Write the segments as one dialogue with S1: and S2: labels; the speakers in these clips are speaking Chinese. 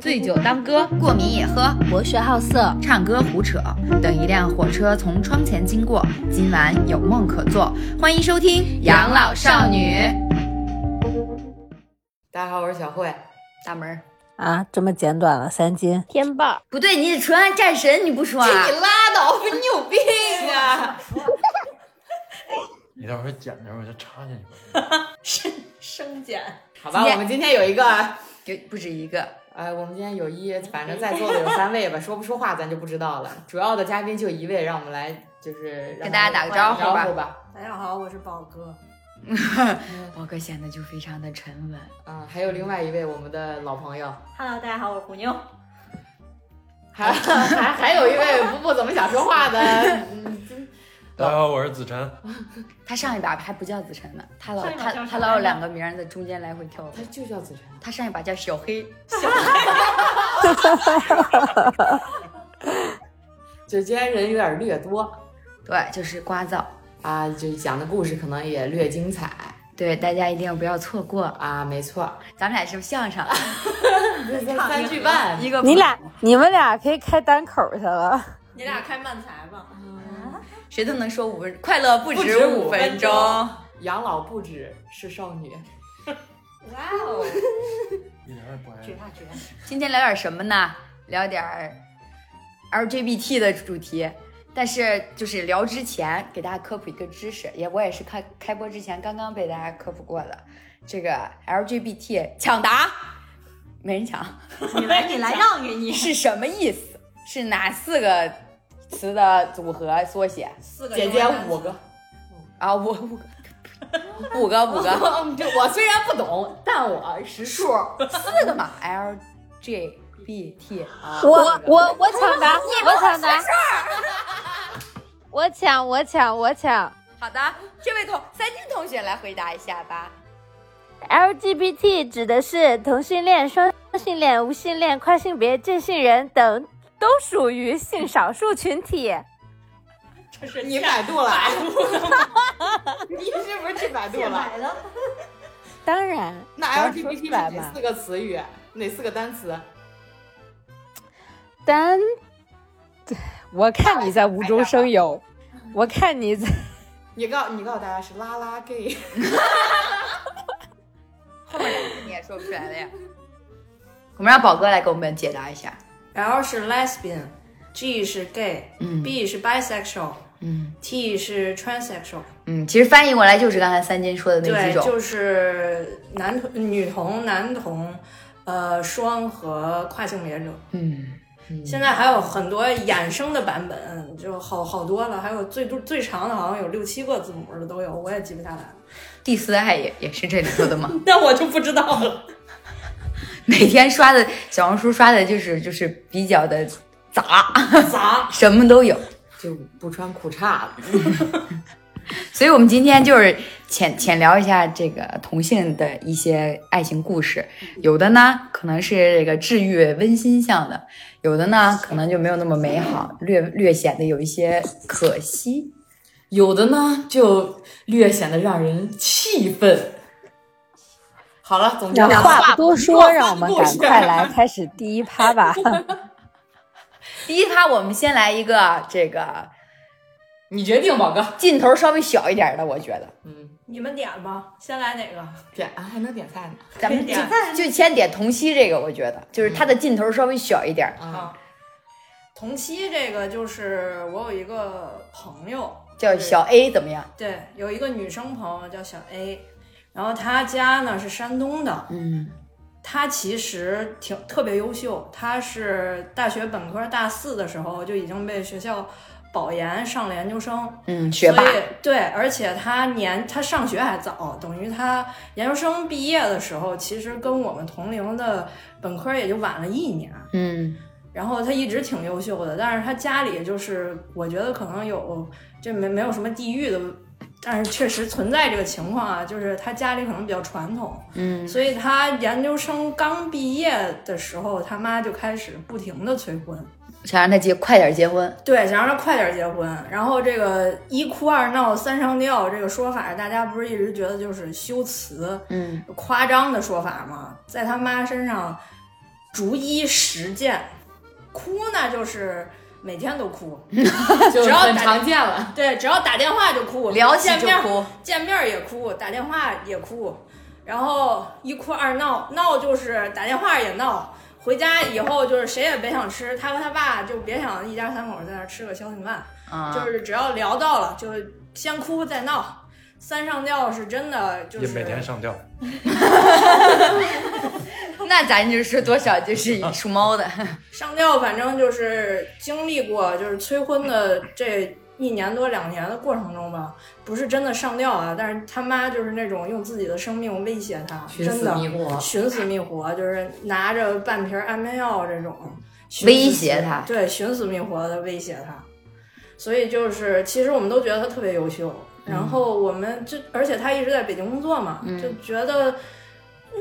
S1: 醉酒当歌，
S2: 过敏也喝，
S3: 博学好色，
S2: 唱歌胡扯。等一辆火车从窗前经过，今晚有梦可做。欢迎收听《养老少女》。
S1: 大家好，我是小慧。
S2: 大门儿
S3: 啊，这么简短了，三斤。
S4: 天霸
S2: 不对，你得纯爱战神，你不说啊？
S1: 你拉倒吧，你有病啊！
S5: 你到时候剪着我就插进去。
S1: 生剪。好吧，我们今天有一个，
S2: 就不止一个。
S1: 呃，我们今天有一，反正在座的有三位吧， 说不说话咱就不知道了。主要的嘉宾就一位，让我们来就是
S2: 跟大家打个招呼吧
S1: 吧。吧
S6: 大家好，我是宝哥。
S2: 宝哥显得就非常的沉稳。
S1: 嗯，还有另外一位我们的老朋友，
S4: ，Hello，大家好，我是虎妞。
S1: 还 还还有一位不不怎么想说话的， 嗯
S5: 大家好，我是子晨。
S2: 他上一把还不叫子晨呢，他老
S4: 上一把
S2: 他
S4: 叫啥
S2: 他老有两个名儿在中间来回跳。
S1: 他就叫子晨。
S2: 他上一把叫小黑，
S1: 就今天人有点略多
S2: 对，就是瓜噪。
S1: 啊，就讲的故事可能也略精彩
S2: 对，大家一定不要错过。
S1: 啊，没错，
S2: 咱们俩是不是相 声？
S1: 三句半
S2: 一个
S3: 你俩，你们俩可以开单口去了。
S6: 你俩开慢才吧。
S2: 谁都能说五分，快乐不
S1: 不
S2: 止
S1: 止
S2: 五
S1: 五
S2: 分
S1: 分钟
S2: 钟。
S1: 养老不止是少女，
S6: 哇哦，
S5: 一点也不爱
S6: 绝啊绝！
S2: 今天聊点什么呢？聊点儿 LGBT 的主题。但是就是聊之前给大家科普一个知识，也我也是开开播之前刚刚被大家科普过的，这个 LGBT 抢答，没人抢，
S4: 你来，你来，让给 你。
S2: 是什么意思？是哪四个词的组合缩写
S6: 四个
S1: 姐姐五个，
S2: 啊？我五个，五个五个
S1: 嗯这我虽然不懂，但我识数。
S2: 四个嘛？LGBT
S1: 啊
S3: 我
S1: 这个
S3: 我我抢答，我抢答，我抢我抢我抢
S2: 好的，这位同三金同学来回答一下吧。
S3: ，LGBT 指的是同性恋、双性恋、无性恋、跨性别、正性人等，都属于性少数群体。
S4: 这是
S1: 你百度了， 你是不是去百度
S4: 现
S1: 了？
S4: 买的。
S3: 当然，
S1: 那
S3: 咱说
S1: LGBT 是
S3: 出来
S1: 哪
S3: 嘛
S1: 四个词语？哪四个单词？
S3: 单，我看你在无中生有，我看你在
S1: 你告你告诉大家是拉拉 gay，
S2: 后面两个你也说不出来了呀。我们让宝哥来给我们解答一下。
S6: L 是 lesbian，G 是 gay，
S2: 嗯
S6: b 是 bisexual，T
S2: 嗯
S6: 是 transsexual。
S2: 嗯，其实翻译过来就是刚才三金说的那几，
S6: 对
S2: 种。
S6: 就是男同女同、男同，呃，双和跨性别者。
S2: 嗯，
S6: 现在还有很多衍生的版本，就好好多了。还有最多最长的，好像有六七个字母的都有，我也记不下来了。
S2: 第四爱也也是这里头的吗？
S6: 那我就不知道了。
S2: 每天刷的小红书刷的就是就是比较的杂，
S6: 砸
S2: 什么都有。
S1: 就不穿裤衩了。
S2: 所以我们今天就是浅浅聊一下这个同性的一些爱情故事，有的呢可能是这个治愈温馨向的，有的呢可能就没有那么美好，略略显得有一些可惜。
S1: 有的呢，就略显得让人气愤。好了，总之
S3: 那话不多说，让我们
S1: 故
S3: 赶
S1: 事
S3: 快来开始第一趴吧。
S2: 第一趴，我们先来一个这个
S1: 你决定，宝哥。
S2: 劲头稍微小一点的，我觉得
S1: 嗯，
S6: 你们点吧，先来哪个？
S1: 点啊，还能点菜呢。
S2: 咱们
S6: 可以
S2: 就
S6: 点
S2: 就先点童曦这个，我觉得就是他的劲头稍微小一点。
S1: 啊，
S6: 啊，同期这个就是我有一个朋友，
S2: 叫小 A 怎么样？
S6: 对，有一个女生朋友叫小 A，然后她家呢是山东的，
S2: 嗯，
S6: 她其实挺特别优秀，她是大学本科大四的时候就已经被学校保研上了研究生，
S2: 嗯，学霸
S6: 所以对，而且她年她上学还早，等于她研究生毕业的时候，其实跟我们同龄的本科也就晚了一年，
S2: 嗯
S6: 然后他一直挺优秀的，但是他家里就是我觉得可能有这没没有什么地域的，但是确实存在这个情况啊，就是他家里可能比较传统，
S2: 嗯
S6: 所以他研究生刚毕业的时候，他妈就开始不停的催婚，
S2: 想让他结快点结婚。
S6: 对，想让他快点结婚。然后这个一哭二闹三上吊这个说法，大家不是一直觉得就是修辞
S2: 嗯
S6: 夸张的说法嘛，在他妈身上逐一实践。哭呢，就是每天都哭，
S1: 就
S6: 只要
S1: 很
S6: 打
S1: 常见了。
S6: 对，只要打电话就哭，
S2: 聊起
S6: 见
S2: 就
S6: 面
S2: 哭，
S6: 见面儿也哭，打电话也哭，然后一哭二闹，闹就是打电话也闹。回家以后就是谁也别想吃，他和他爸就别想一家三口在那儿吃个小米饭，
S2: 啊，
S6: 就是只要聊到了就先哭再闹。三上吊是真的，就
S5: 也
S6: 是
S5: 每天上吊，
S2: 那咱就是多少 就是属猫的，
S6: 上吊，反正就是经历过就是催婚的这一年多两年的过程中吧，不是真的上吊啊，但是他妈就是那种用自己的生命威胁他，
S1: 寻
S6: 真
S1: 死
S6: 的
S1: 觅活，
S6: 寻死觅活，就是拿着半瓶安眠药这种寻死
S2: 威胁他
S6: 对，寻死觅活的威胁他。所以就是，其实我们都觉得他特别优秀，然后我们就，而且他一直在北京工作嘛，
S2: 嗯
S6: 就觉得，嗯，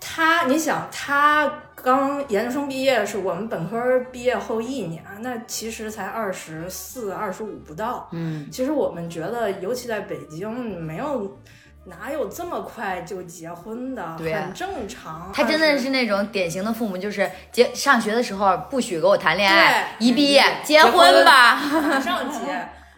S6: 他，你想他刚研究生毕业是我们本科毕业后一年，那其实才二十四、二十五不到，
S2: 嗯，
S6: 其实我们觉得，尤其在北京，没有哪有这么快就结婚的，
S2: 对啊
S6: 很正常。
S2: 他真的
S6: 20
S2: 是那种典型的父母，就是结上学的时候不许给我谈恋爱，
S6: 对
S2: 一毕业嗯结
S1: 婚
S2: 婚吧，
S6: 马上结。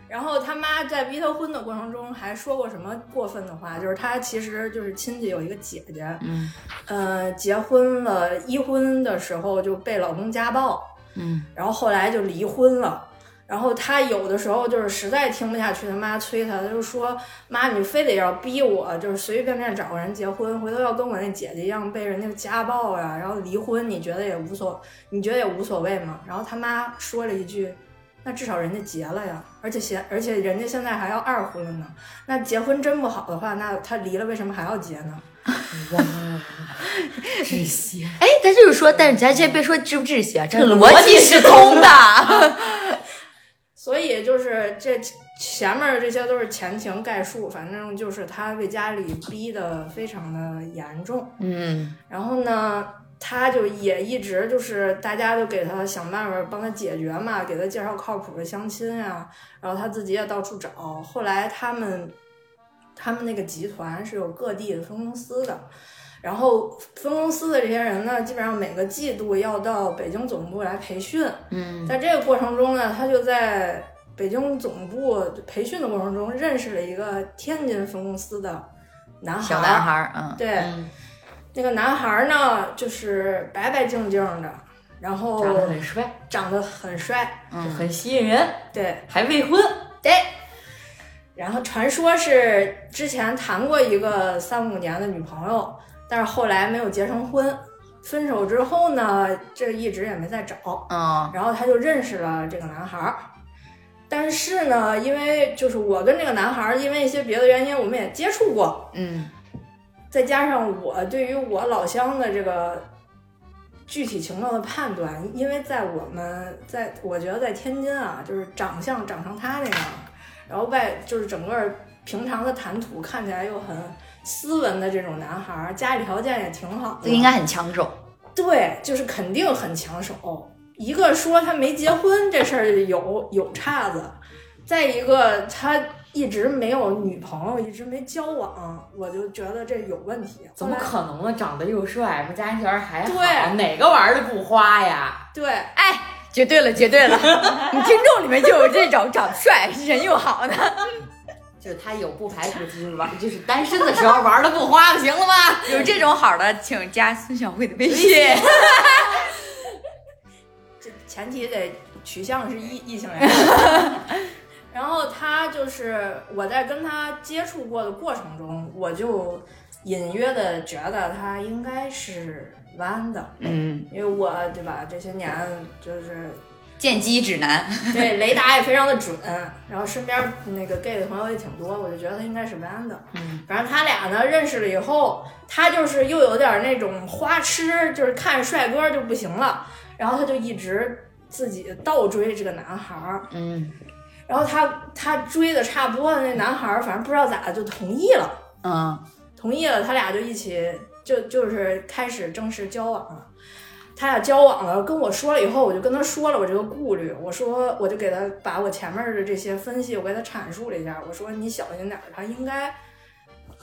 S6: 然后他妈在逼他婚的过程中还说过什么过分的话，就是他其实就是亲戚有一个姐姐，
S2: 嗯
S6: 呃，结婚了，一婚的时候就被老公家暴，
S2: 嗯，
S6: 然后后来就离婚了。然后他有的时候就是实在听不下去，他妈催他，他就说：“妈，你非得要逼我，就是随随便便找个人结婚，回头要跟我那姐姐一样被人家家暴呀、然后离婚，你觉得也无所，你觉得也无所谓吗？”然后他妈说了一句：“那至少人家结了呀，而且现而且人家现在还要二婚了呢。那结婚真不好的话，那他离了为什么还要结呢？
S1: 哇，窒息！
S2: 哎，咱就是说，但是咱先别说知不知悉啊，这个逻辑是通 的，
S6: 所以就是这前面儿这些都是前情概述，反正就是他被家里逼得非常的严重。
S2: 嗯
S6: 然后呢，他就也一直就是大家都给他想办法帮他解决嘛，给他介绍靠谱的相亲呀、然后他自己也到处找。后来他们他们那个集团是有各地的分公司的。然后分公司的这些人呢，基本上每个季度要到北京总部来培训，
S2: 嗯，
S6: 在这个过程中呢，他就在北京总部培训的过程中认识了一个天津分公司的男孩。
S2: 小男孩，儿，嗯，
S6: 对，那个男孩呢，就是白白净净的，然后
S1: 长得很帅，
S6: 长得很帅，
S2: 嗯
S1: 很吸引人，
S6: 对，
S1: 还未婚。
S6: 然后传说是之前谈过一个三五年的女朋友，但是后来没有结成婚，分手之后呢，这一直也没再找。
S2: 嗯
S6: 然后他就认识了这个男孩儿。但是呢，因为就是我跟这个男孩儿，因为一些别的原因，我们也接触过，
S2: 嗯
S6: 再加上我对于我老乡的这个具体情况的判断，因为在我们在我觉得在天津啊，就是长相长成他那样，然后外就是整个平常的谈吐看起来又很斯文的这种男孩儿，家里条件也挺好的，
S2: 这个应该很抢手，
S6: 对，就是肯定很抢手。一个说他没结婚这事儿有有岔子，再一个他一直没有女朋友，一直没交往，我就觉得这有问题。
S1: 怎么
S6: 后来
S1: 可能呢？长得又帅，什么家庭条件还好，
S6: 对
S1: 哪个玩的不花呀？
S6: 对，
S2: 哎，绝对了，绝对 了，你听众里面就有这种长得帅、 人又好的，
S1: 就是他有不排除就是玩， 就是单身的时候玩的不花的，行了吧？
S2: 有这种好的，请加孙小慧的微信。
S6: 这前提得取向是异异性 恋。然后他就是我在跟他接触过的过程中，我就隐约的觉得他应该是弯的，
S2: 嗯，
S6: 因为我对吧这些年就是
S2: 见机指南，
S6: 对，雷达也非常的准。然后身边那个 gay 的朋友也挺多，我就觉得他应该是弯的。
S2: 嗯，
S6: 反正他俩呢认识了以后，他就是又有点那种花痴，就是看帅哥就不行了，然后他就一直自己倒追这个男孩儿。
S2: 嗯
S6: 然后他他追的差不多的那男孩儿，反正不知道咋的就同意了。
S2: 嗯，
S6: 同意了，他俩就一起就就是开始正式交往了。他俩交往了，跟我说了以后，我就跟他说了我这个顾虑，我说我就给他把我前面的这些分析，我给他阐述了一下，我说你小心点儿，他应该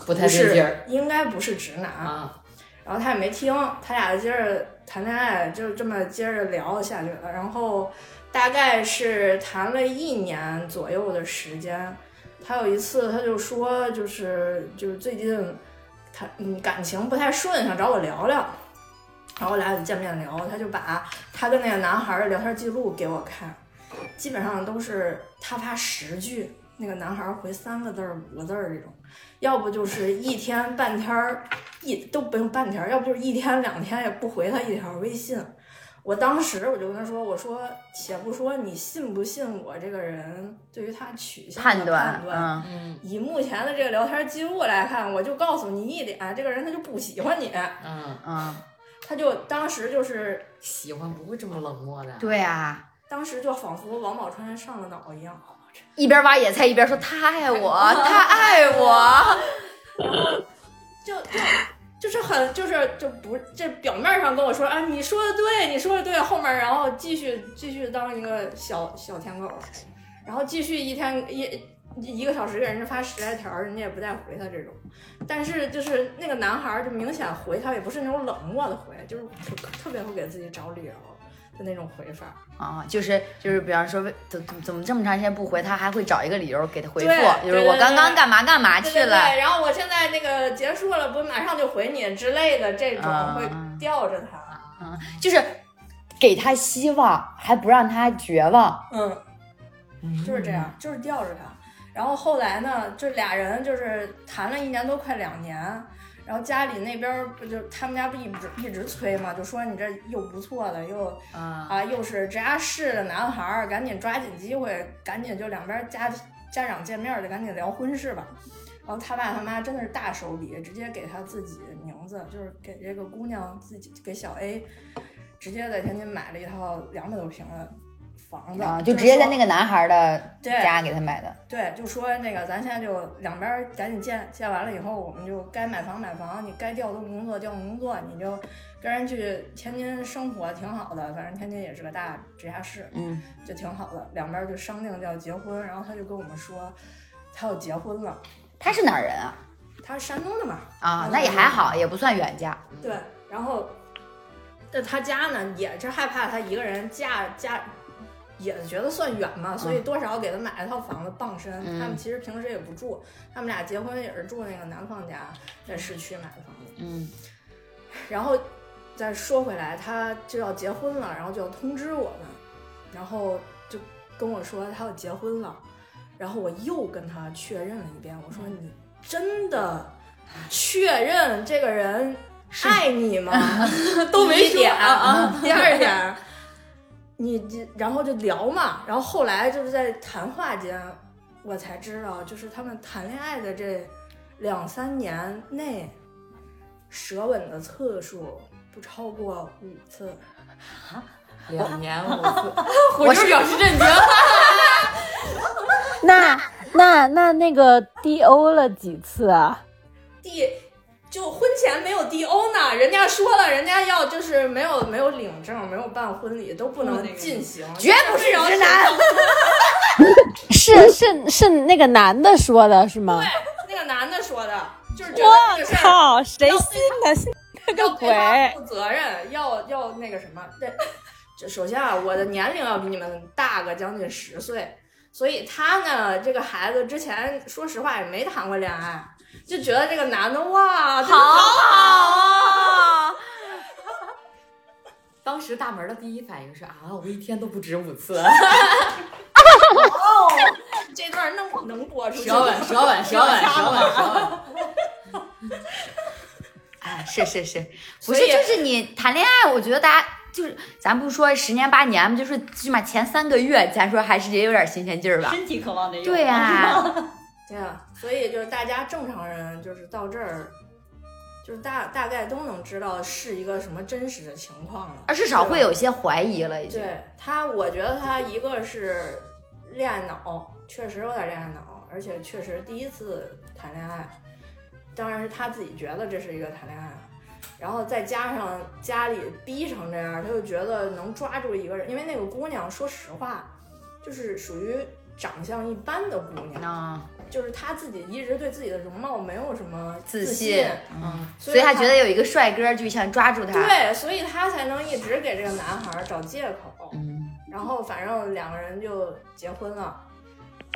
S1: 不太对
S6: 不
S1: 劲儿
S6: 是应该不是直男。
S1: 啊！
S6: 然后他也没听，他俩接着谈恋爱，就这么接着聊下去了。然后大概是谈了一年左右的时间，他有一次他就说，就是就是最近他嗯感情不太顺，想找我聊聊。然后我俩就见面聊，他就把他跟那个男孩的聊天记录给我看，基本上都是他发十句，那个男孩回三个字儿、五个字儿这种，要不就是一天半天儿一都不用半天儿，要不就是一天两天也不回他一条微信。我当时我就跟他说：“我说，且不说你信不信我这个人对于他取向的
S2: 判
S6: 断
S2: 断，，嗯，
S1: 嗯
S6: 以目前的这个聊天记录来看，我就告诉你一点，这个人他就不喜欢你。
S1: 嗯，
S2: 嗯，
S6: 他就当时就是
S1: 喜欢不会这么冷漠的。
S2: 对啊，
S6: 当时就仿佛王宝钏上了脑一样。
S2: 一边挖野菜一边说他爱 我，他爱我，
S6: 就就就是很就是就不这表面上跟我说啊，你说的对，你说的对，后面然后继续继续当一个小小舔狗，然后继续一天一。一个小时给人家发十来条，人家也不带回他这种，但是就是那个男孩儿就明显回他也不是那种冷漠的回，就是特特别会给自己找理由的那种回法。
S2: 啊，就是就是，比方说为怎怎怎么这么长时间不回他，还会找一个理由给他回
S6: 对
S2: 复，就是
S6: 对
S2: 我
S6: 对
S2: 刚刚
S6: 对
S2: 干嘛干嘛去
S6: 对对
S2: 了，
S6: 对，然后我现在那个结束了，不马上就回你之类的这种，
S2: 啊
S6: 会吊着他。
S2: 就是给他希望，还不让他绝望，
S6: 嗯，就是这样，就是吊着他。然后后来呢，就俩人就是谈了一年多，快两年。然后家里那边儿不就他们家不一直一直催嘛，就说你这又不错的，又
S2: 啊，
S6: 啊又是直辖市的男孩儿，赶紧抓紧机会，赶紧就两边儿家家长见面儿就赶紧聊婚事吧。然后他爸他妈真的是大手笔，直接给他自己名字，就是给这个姑娘自己给小 A，直接在天津买了一套两百多平的房子，
S2: 啊，就直接在那
S6: 个
S2: 个男孩的
S6: 对
S2: 家给他买的，
S6: 对，就说那个咱现在就两边儿赶紧见，见完了以后我们就该买房买房，你该调动工作调动工作，你就跟人去天津生活挺好的，反正天津也是个大直辖市，
S2: 嗯，
S6: 就挺好的。两边儿就商定要结婚，然后他就跟我们说他要结婚了，
S2: 他是哪儿人啊？
S6: 他是山东的嘛，
S2: 啊
S6: 嗯，
S2: 那也还好，也不算远嫁，
S6: 对，然后，但他家呢也是害怕他一个人嫁嫁，也觉得算远嘛，所以多少给他买了套房子傍身。
S2: 嗯
S6: 他们其实平时也不住，他们俩结婚也是住那个男方家，在市区买的房子。
S2: 嗯
S6: 然后再说回来，他就要结婚了，然后就要通知我们，然后就跟我说他要结婚了，然后我又跟他确认了一遍，我说
S2: 嗯
S6: 你真的确认这个人爱你 吗？都没点啊。第二点，你你然后就聊嘛，然后后来就是在谈话间，我才知道，就是呃他们谈恋爱的这两三年内，舌吻的次数不超过五次。
S1: 两年 我
S2: 我是
S1: 表示震惊。
S3: 那那那那个 D O 了几次啊？
S6: 第就婚前没有 DO 呢，人家说了，人家要就是没有没有领证，没有办婚礼都不
S4: 不那
S6: 能
S4: 个
S6: 进行，
S2: 绝不是直男。
S3: 是是是那个男的说的是吗？
S6: 那个男的说的，就是觉得这事儿
S3: 靠，谁信的？信他
S6: 要
S3: 个
S6: 对
S3: 鬼！
S6: 他哎负责任，要要那个什么，对， 这首先啊，我的年龄要比你们大个将近十岁，所以他呢，这个孩子之前说实话也没谈过恋爱，就觉得这个男的哇，好好啊，
S1: 当时大门的第一反应是啊，我一天都不止五 次，
S6: 这段儿能能播出去
S1: 舌
S6: 吗？
S1: 吻，舌吻，舌吻，舌吻，舌 吻。
S2: 啊，是是是，不
S6: 所
S2: 是
S6: 以
S2: 就是你谈恋爱，我觉得大家就是咱不说十年八年嘛，就是起码前三个月，咱说还是也有点新鲜劲儿吧。
S4: 身体渴望得有。
S2: 对
S1: 啊
S2: 啊呀、
S6: 对啊，所以就是大家正常人就是到这儿，就是大大概都能知道是一个什么真实的情况了。
S2: 而啊至少会有些怀疑了，已经。
S6: 对他，我觉得他一个是恋爱脑，确实有点恋爱脑，而且确实第一次谈恋爱，当然是他自己觉得这是一个谈恋爱，然后再加上家里逼成这样，他就觉得能抓住一个人，因为那个姑娘说实话，就是属于长相一般的姑娘。
S2: 啊，
S6: 就是他自己一直对自己的容貌没有什么
S2: 自
S6: 信
S2: 信，，嗯，
S6: 所
S2: 所以
S6: 他
S2: 他觉得有一个帅哥就想抓住他，，
S6: 对，所以他才能一直给这个男孩儿找借口。
S2: 嗯，
S6: 然后反正两个人就结婚了，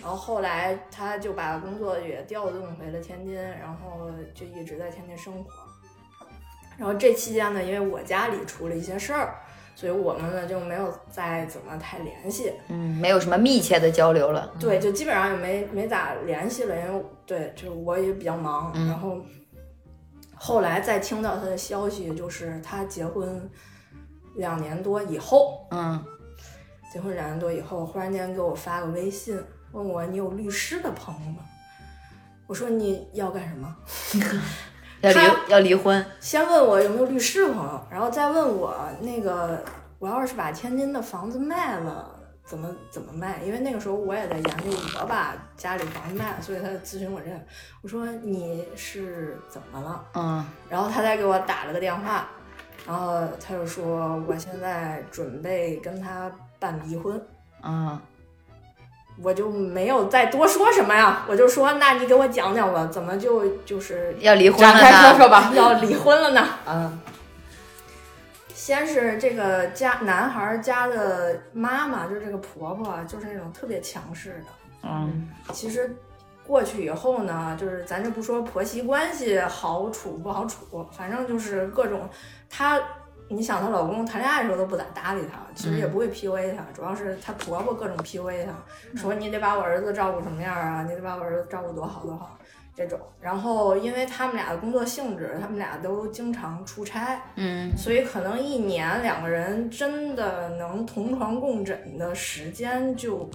S6: 然后后来他就把工作也调动回了天津，然后就一直在天津生活。然后这期间呢，因为我家里出了一些事儿，所以我们呢就没有再怎么太联系。
S2: 嗯，没有什么密切的交流了，
S6: 对，就基本上也没没咋联系了，因为对，就是我也比较忙。
S2: 嗯
S6: 然后后来再听到他的消息，就是他结婚两年多以后，
S2: 嗯，
S6: 结婚两年多以后，忽然间给我发个微信，问我你有律师的朋友吗？我说你要干什么？
S2: 要
S6: 他
S2: 离要离婚，
S6: 先问我有没有律师的朋友，然后再问我那个我要是把天津的房子卖了。怎么怎么卖？因为那个时候我也在研究，我把家里房子卖了，所以他咨询我这个。我说你是怎么了？
S2: 嗯
S6: 然后他再给我打了个电话，然后他就说我现在准备跟他办离婚。
S2: 嗯
S6: 我就没有再多说什么呀，我就说，那你给我讲讲吧，怎么就就是
S2: 要离婚
S1: 展
S2: 了
S1: 开说
S2: 呢，
S1: 说吧。
S6: 要离婚了呢？
S1: 嗯，
S6: 先是这个家男孩家的妈妈，就是这个婆婆啊，就是那种特别强势
S2: 嗯
S6: 的。其实过去以后呢，就是咱就不说婆媳关系好处不好处，反正就是各种她，你想她老公谈恋爱的时候都不咋搭理她，其实也不会 PUA 她，主要是她婆婆各种 PUA 她，说你得把我儿子照顾成那样啊，你得把我儿子照顾多好多好这种。然后因为他们俩的工作性质，他们俩都经常出差，
S2: 嗯
S6: 所以可能一年两个人真的能同床共枕的时间就，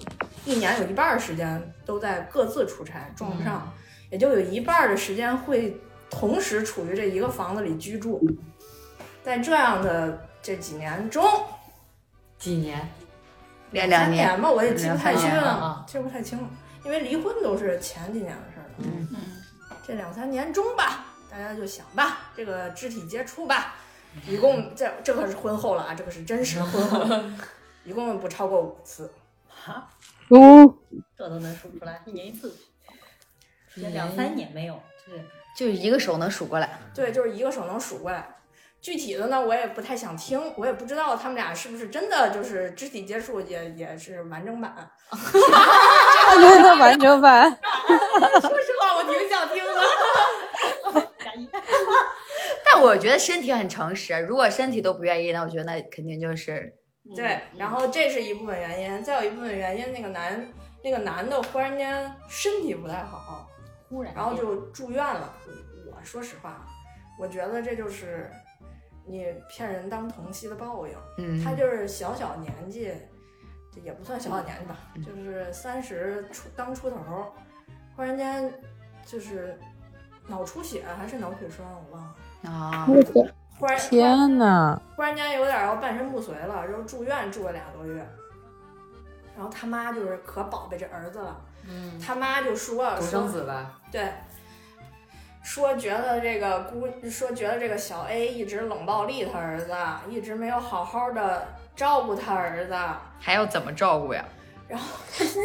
S6: 一年有一半儿时间都在各自出差，撞不
S2: 嗯
S6: 上，也就有一半儿的时间会同时处于这一个房子里居住。在这样的这几年中，
S1: 几年？
S2: 两两
S6: 三
S2: 年
S6: 吧，我也记不太清
S1: 两三年啊
S6: 了，记不太清了，因为离婚都是前几年的事儿了。
S2: 嗯
S6: 这两三年中吧，大家就想吧，这个肢体接触吧，一共这这可是婚后了啊，这个是真实婚后， 一共不超过五次。
S3: 哦，
S4: 这都能数出来，一年一次，
S1: 一
S4: 也
S1: 年
S4: 两三年没有，就是
S2: 就一个手能数过来，
S6: 对，就是一个手能数过来。具体的呢，我也不太想听，我也不知道他们俩是不是真的就是肢体接触也也是完整版。
S3: 真的完整 版，
S6: 说实话，我挺想听的。
S2: 但我觉得身体很诚实，如果身体都不愿意，那我觉得那肯定就是
S4: 嗯
S6: 对，然后这是一部分原因，再有一部分原因，那个男那个男的忽然间身体不太好，
S4: 忽然，
S6: 然后就住院了。我说实话，我觉得这就是你骗人当童妻的报应。
S2: 嗯，
S6: 他就是小小年纪，这也不算小小年纪吧， 就是三十出刚出头儿，忽然间就是脑出血还是脑血栓，我忘了。
S2: 啊，
S6: 忽然
S3: 天哪！
S6: 忽然间有点要半身不遂了，然后住院住了俩多月。然后他妈就是可宝贝这儿子了，
S1: 嗯，
S6: 他妈就说
S1: 独
S6: 说
S1: 生子吧？
S6: 对，说觉得这个姑，说觉得这个小 A 一直冷暴力他儿子，一直没有好好的照顾他儿子。
S2: 还要怎么照顾呀？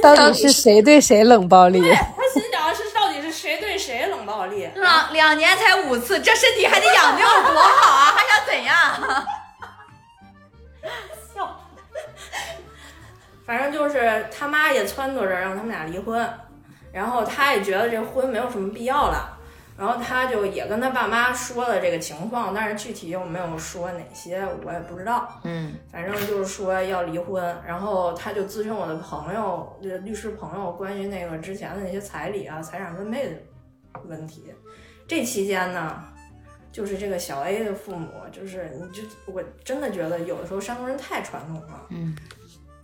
S3: 到底是谁对谁冷暴力？
S6: 他心想是到底是谁对谁冷暴力？
S2: 两两年才五次，这身体还得养着有多好啊？还想怎样？
S6: 反正就是他妈也撺掇着让他们俩离婚，然后他也觉得这婚没有什么必要了，然后他就也跟他爸妈说了这个情况，但是具体又没有说哪些，我也不知道。
S2: 嗯
S6: 反正就是说要离婚，然后他就咨询我的朋友，就是律师朋友，关于那个之前的那些彩礼啊、财产分配的问题。这期间呢，就是这个小 A 的父母，就是你就我真的觉得有的时候山东人太传统了。
S2: 嗯，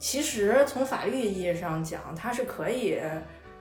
S6: 其实从法律意义上讲，他是可以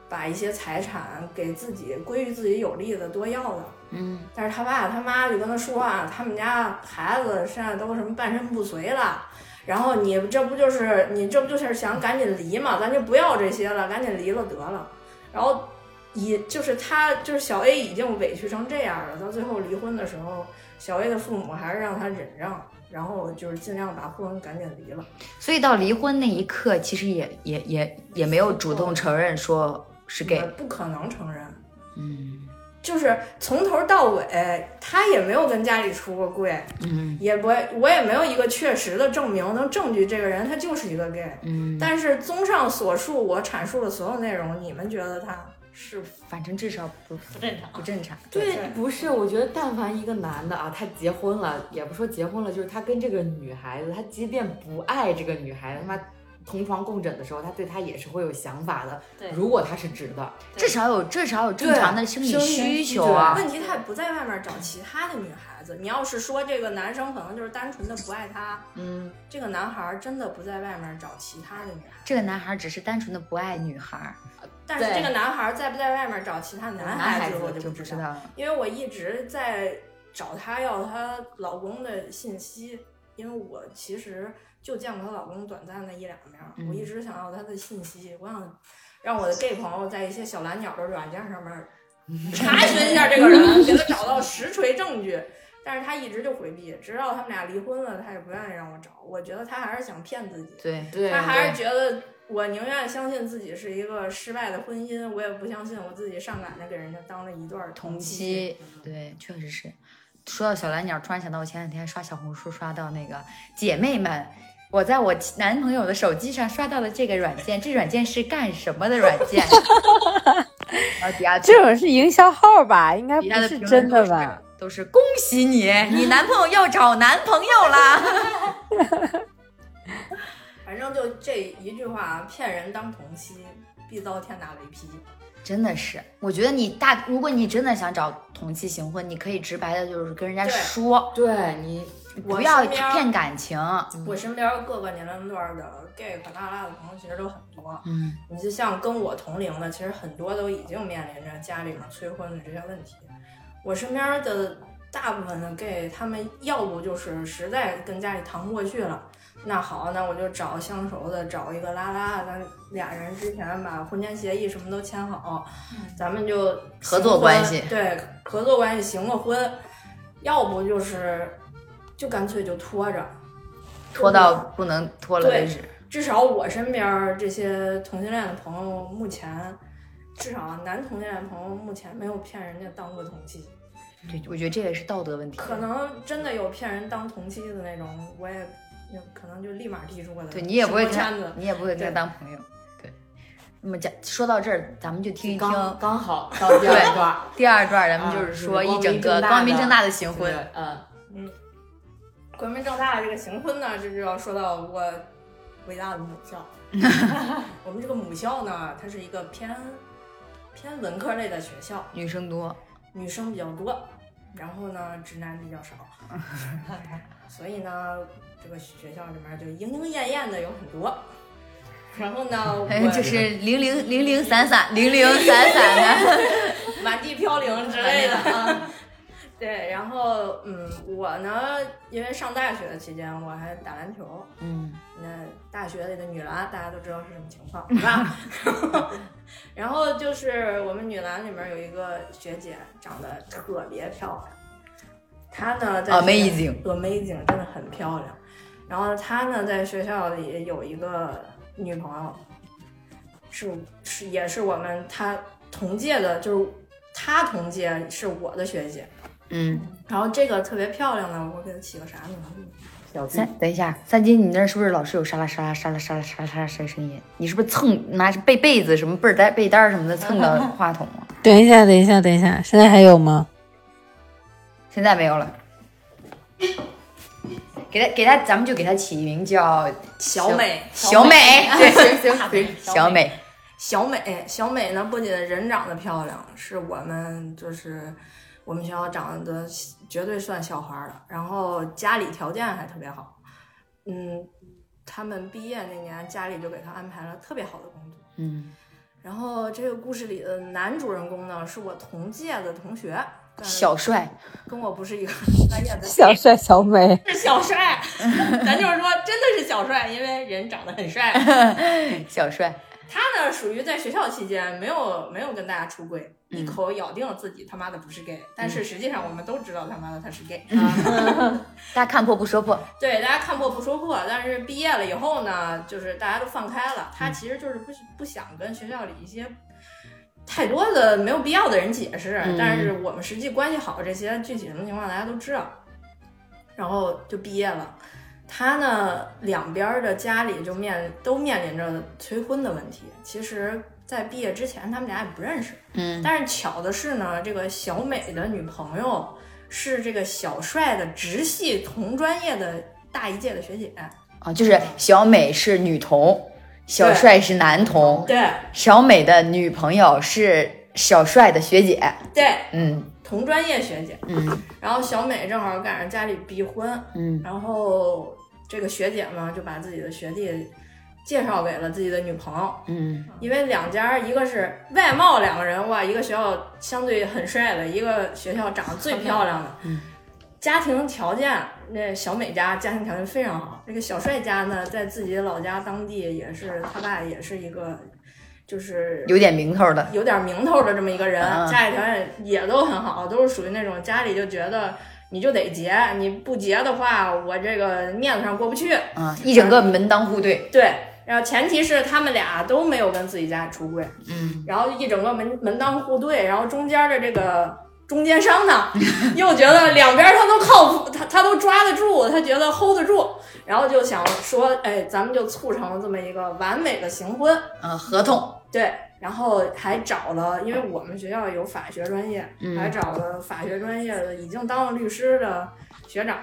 S6: 把一些财产给自己归于自己有利的多要的。
S2: 嗯
S6: 但是他爸他妈就跟他说啊，他们家孩子现在都什么半身不遂了，然后你这不就是你这不就是想赶紧离嘛，咱就不要这些了，赶紧离了得了。然后以就是他就是小 A 已经委屈成这样了，到最后离婚的时候，小 A 的父母还是让他忍让，然后就是尽量把婚赶紧离了。
S2: 所以到离婚那一刻，其实也也也也没有主动承认说是 gay
S6: 我。不可能承认。
S2: 嗯
S6: 就是从头到尾，他也没有跟家里出过柜，
S2: 嗯
S6: 也不，我也没有一个确实的证明能证据这个人他就是一个 gay。
S2: 嗯，
S6: 但是综上所述，我阐述的所有内容，你们觉得他是
S2: 反正至少不
S4: 不正常
S2: 不。正常。
S1: 对，不是，我觉得但凡一个男的啊，他结婚了，也不说结婚了，就是他跟这个女孩子，他即便不爱这个女孩子，他妈同床共枕的时候，他对她也是会有想法的。
S4: 对
S1: 如果他是直的，
S2: 至少有至少有正
S6: 对
S2: 常的生理
S6: 生理
S2: 需
S6: 需
S2: 求啊。
S6: 问题，他也不在外面找其他的女孩子。你要是说这个男生可能就是单纯的不爱她，
S1: 嗯，
S6: 这个男孩真的不在外面找其他的女孩。
S2: 这个男孩只是单纯的不爱女孩，
S6: 但是
S1: 对
S6: 这个男孩在不在外面找其他男
S2: 男
S6: 孩
S2: 孩
S6: 子，
S2: 子
S6: 我
S2: 就
S6: 就
S2: 不
S6: 知
S2: 知
S6: 道，
S2: 道了。
S6: 因为我一直在找她要她老公的信息，因为我其实就见过她老公短暂的一两面，
S2: 嗯
S6: 我一直想要她的信息，我想让我的 gay 朋友在一些小蓝鸟的软件上面查询一下这个人，给他找到实锤证据。但是他一直就回避，直到他们俩离婚了，他也不愿意让我找。我觉得他还是想骗自己，
S2: 对，
S1: 对，
S6: 他还
S1: 对
S6: 是觉得我宁愿相信自己是一个失败的婚姻，我也不相信我自己上赶着给人家当了一段儿
S2: 同
S6: 妻。
S2: 期，对，确实是。说到小蓝鸟，突然想到我前两天刷小红书刷到那个姐妹们，我在我男朋友的手机上刷到了这个软件，这软件是干什么的软件？ 然后底下
S3: 这种是营销号吧？应该不
S2: 底下的
S3: 是
S2: 评论
S3: 真的
S2: 都是
S3: 吧？？
S2: 都是恭喜你，你男朋友要找男朋友啦！
S6: 反正就这一句话啊，骗人当同妻，必遭天打雷劈。
S2: 真的是，我觉得你大，如果你真的想找同期行婚，你可以直白的，就是跟人家
S6: 对
S2: 说，
S1: 对你，
S6: 我
S2: 不要
S6: 身边儿
S2: 骗感情。
S6: 我身边各个年龄段的 gay 可大拉的朋友其实都很多，
S2: 嗯，
S6: 你就像跟我同龄的，其实很多都已经面临着家里面催婚的这些问题。我身边的大部分的 gay，他们要不就是实在跟家里谈不过去了，那好，那我就找相熟的，找一个拉拉，咱俩人之前把婚前协议什么都签好，咱们就
S2: 嗯合作关系
S6: 行个对，合作关系行个婚，要不就是就干脆就拖着，
S2: 拖到不能拖了为止。
S6: 至少我身边儿这些同性恋的朋友，目前至少啊男同性恋朋友目前没有骗人家当过同妻，
S2: 对，我觉得这也是道德问题。
S6: 可能真的有骗人当同妻的那种，我也有可能就立马踢出我的
S2: 对你也不会
S6: 生活
S2: 看
S6: 圈子，。
S2: 你也不会跟他
S6: 对
S2: 当朋友。对，那么讲说到这儿，咱们就听一
S1: 刚
S2: 听
S1: 刚好到第二段。
S2: 第二段，咱们
S1: 啊
S2: 就是
S1: 就是
S2: 说一
S1: 光
S2: 整
S1: 明
S2: 个
S1: 正大
S2: 光明
S1: 的
S2: 正大的行婚。
S1: 对嗯，
S6: 光明正大的这个行婚呢，这就要说到我伟大的母 校。我们这个母校呢，它是一个偏偏文科类的学校，
S2: 女生多，
S6: 女生比较多，然后呢，直男比 较少，所以呢，这个学校里面就莺莺燕燕的有很多。然后呢，我
S2: 哎， 就是零零零零散散，零零散散的。
S6: 满地飘零之类的啊。对，然后嗯，我呢，因为上大学的期间我还打篮球，
S2: 嗯，
S6: 那大学里的女篮大家都知道是什么情况，是吧？然后然后就是我们女篮里面有一个学姐，长得特别漂亮，她呢在
S2: Amazing
S6: 学哦 amazing 真的很漂亮。然后她呢在学校里有一个女朋友，是是也是我们她同届的，就是她同届是我的学姐。
S2: 嗯，
S6: 然后这个特别漂亮呢，我给她起个啥名字？
S1: 小弟
S2: 三，等一下，三金，你那儿是不是老是有沙拉沙拉沙拉沙拉沙拉沙拉声音？你是不是蹭拿被被子什么被单被单儿什么的蹭到话筒啊了？
S7: 等一下，等一下，等一下，现在还有 吗？
S2: 现在没有了。给他给他，咱们就给他起名叫
S6: 小美，
S2: 小美， 对，
S1: 行行行，
S2: 小美，
S6: 小美，小美呢不仅人长得漂亮，是我们就是我们学校长得绝对算校花了，然后家里条件还特别好，嗯，他们毕业那年家里就给她安排了特别好的工作。
S2: 嗯，
S6: 然后这个故事里的男主人公呢是我同届的同学，但是
S2: 小帅，
S6: 跟我不是一个专业的，
S7: 小帅小美，
S6: 是 小帅，咱就是说真的是小帅，因为人长得很帅。
S2: 小帅，
S6: 他呢属于在学校期间没有没有跟大家出柜，
S2: 嗯
S6: 一口咬定了自己他妈的不是 gay，但是实际上我们都知道他妈的他是 gay。
S2: 大家看破不说破，
S6: 对，大家看破不说破，但是毕业了以后呢，就是大家都放开了，他其实就是不不想跟学校里一些太多的没有必要的人解释，
S2: 嗯
S6: 但是我们实际关系好这些具体什么情况大家都知道，然后就毕业了。他呢，两边儿的家里就面都面临着催婚的问题。其实，在毕业之前，他们俩也不认识。
S2: 嗯，
S6: 但是巧的是呢，这个小美的女朋友是这个小帅的直系同专业的大一届的学姐。
S2: 啊，就是小美是女童，小
S6: 对
S2: 帅是男童，
S6: 对
S2: 小美的女朋友是小帅的学姐，
S6: 对，
S2: 嗯
S6: 同专业学姐。
S2: 嗯
S6: 然后小美正好赶上家里逼婚，
S2: 嗯
S6: 然后这个学姐呢就把自己的学弟介绍给了自己的女朋友，
S2: 嗯
S6: 因为两家一个是外貌两个人哇，一个学校相对很帅的，一个学校长得最漂亮的，
S2: 嗯
S6: 家庭条件那小美家家庭条件非常好，这个小帅家呢在自己老家当地也是他爸也是一个就是
S2: 有点名头的，
S6: 有点名头的这么一个人，
S2: 啊
S6: 家里条件也都很好，都是属于那种家里就觉得你就得结，你不结的话，我这个面子上过不去。
S2: 啊，一整个门当户对，
S6: 对，然后前提是他们俩都没有跟自己家出柜，
S2: 嗯，
S6: 然后一整个门门当户对，然后中间的这个中间商呢，又觉得两边他都靠谱，他他都抓得住，他觉得 hold 得住，然后就想说，哎，咱们就促成了这么一个完美的行婚。
S2: 啊，合同，
S6: 对，然后还找了，因为我们学校有法学专业，
S2: 嗯
S6: 还找了法学专业的已经当了律师的学长，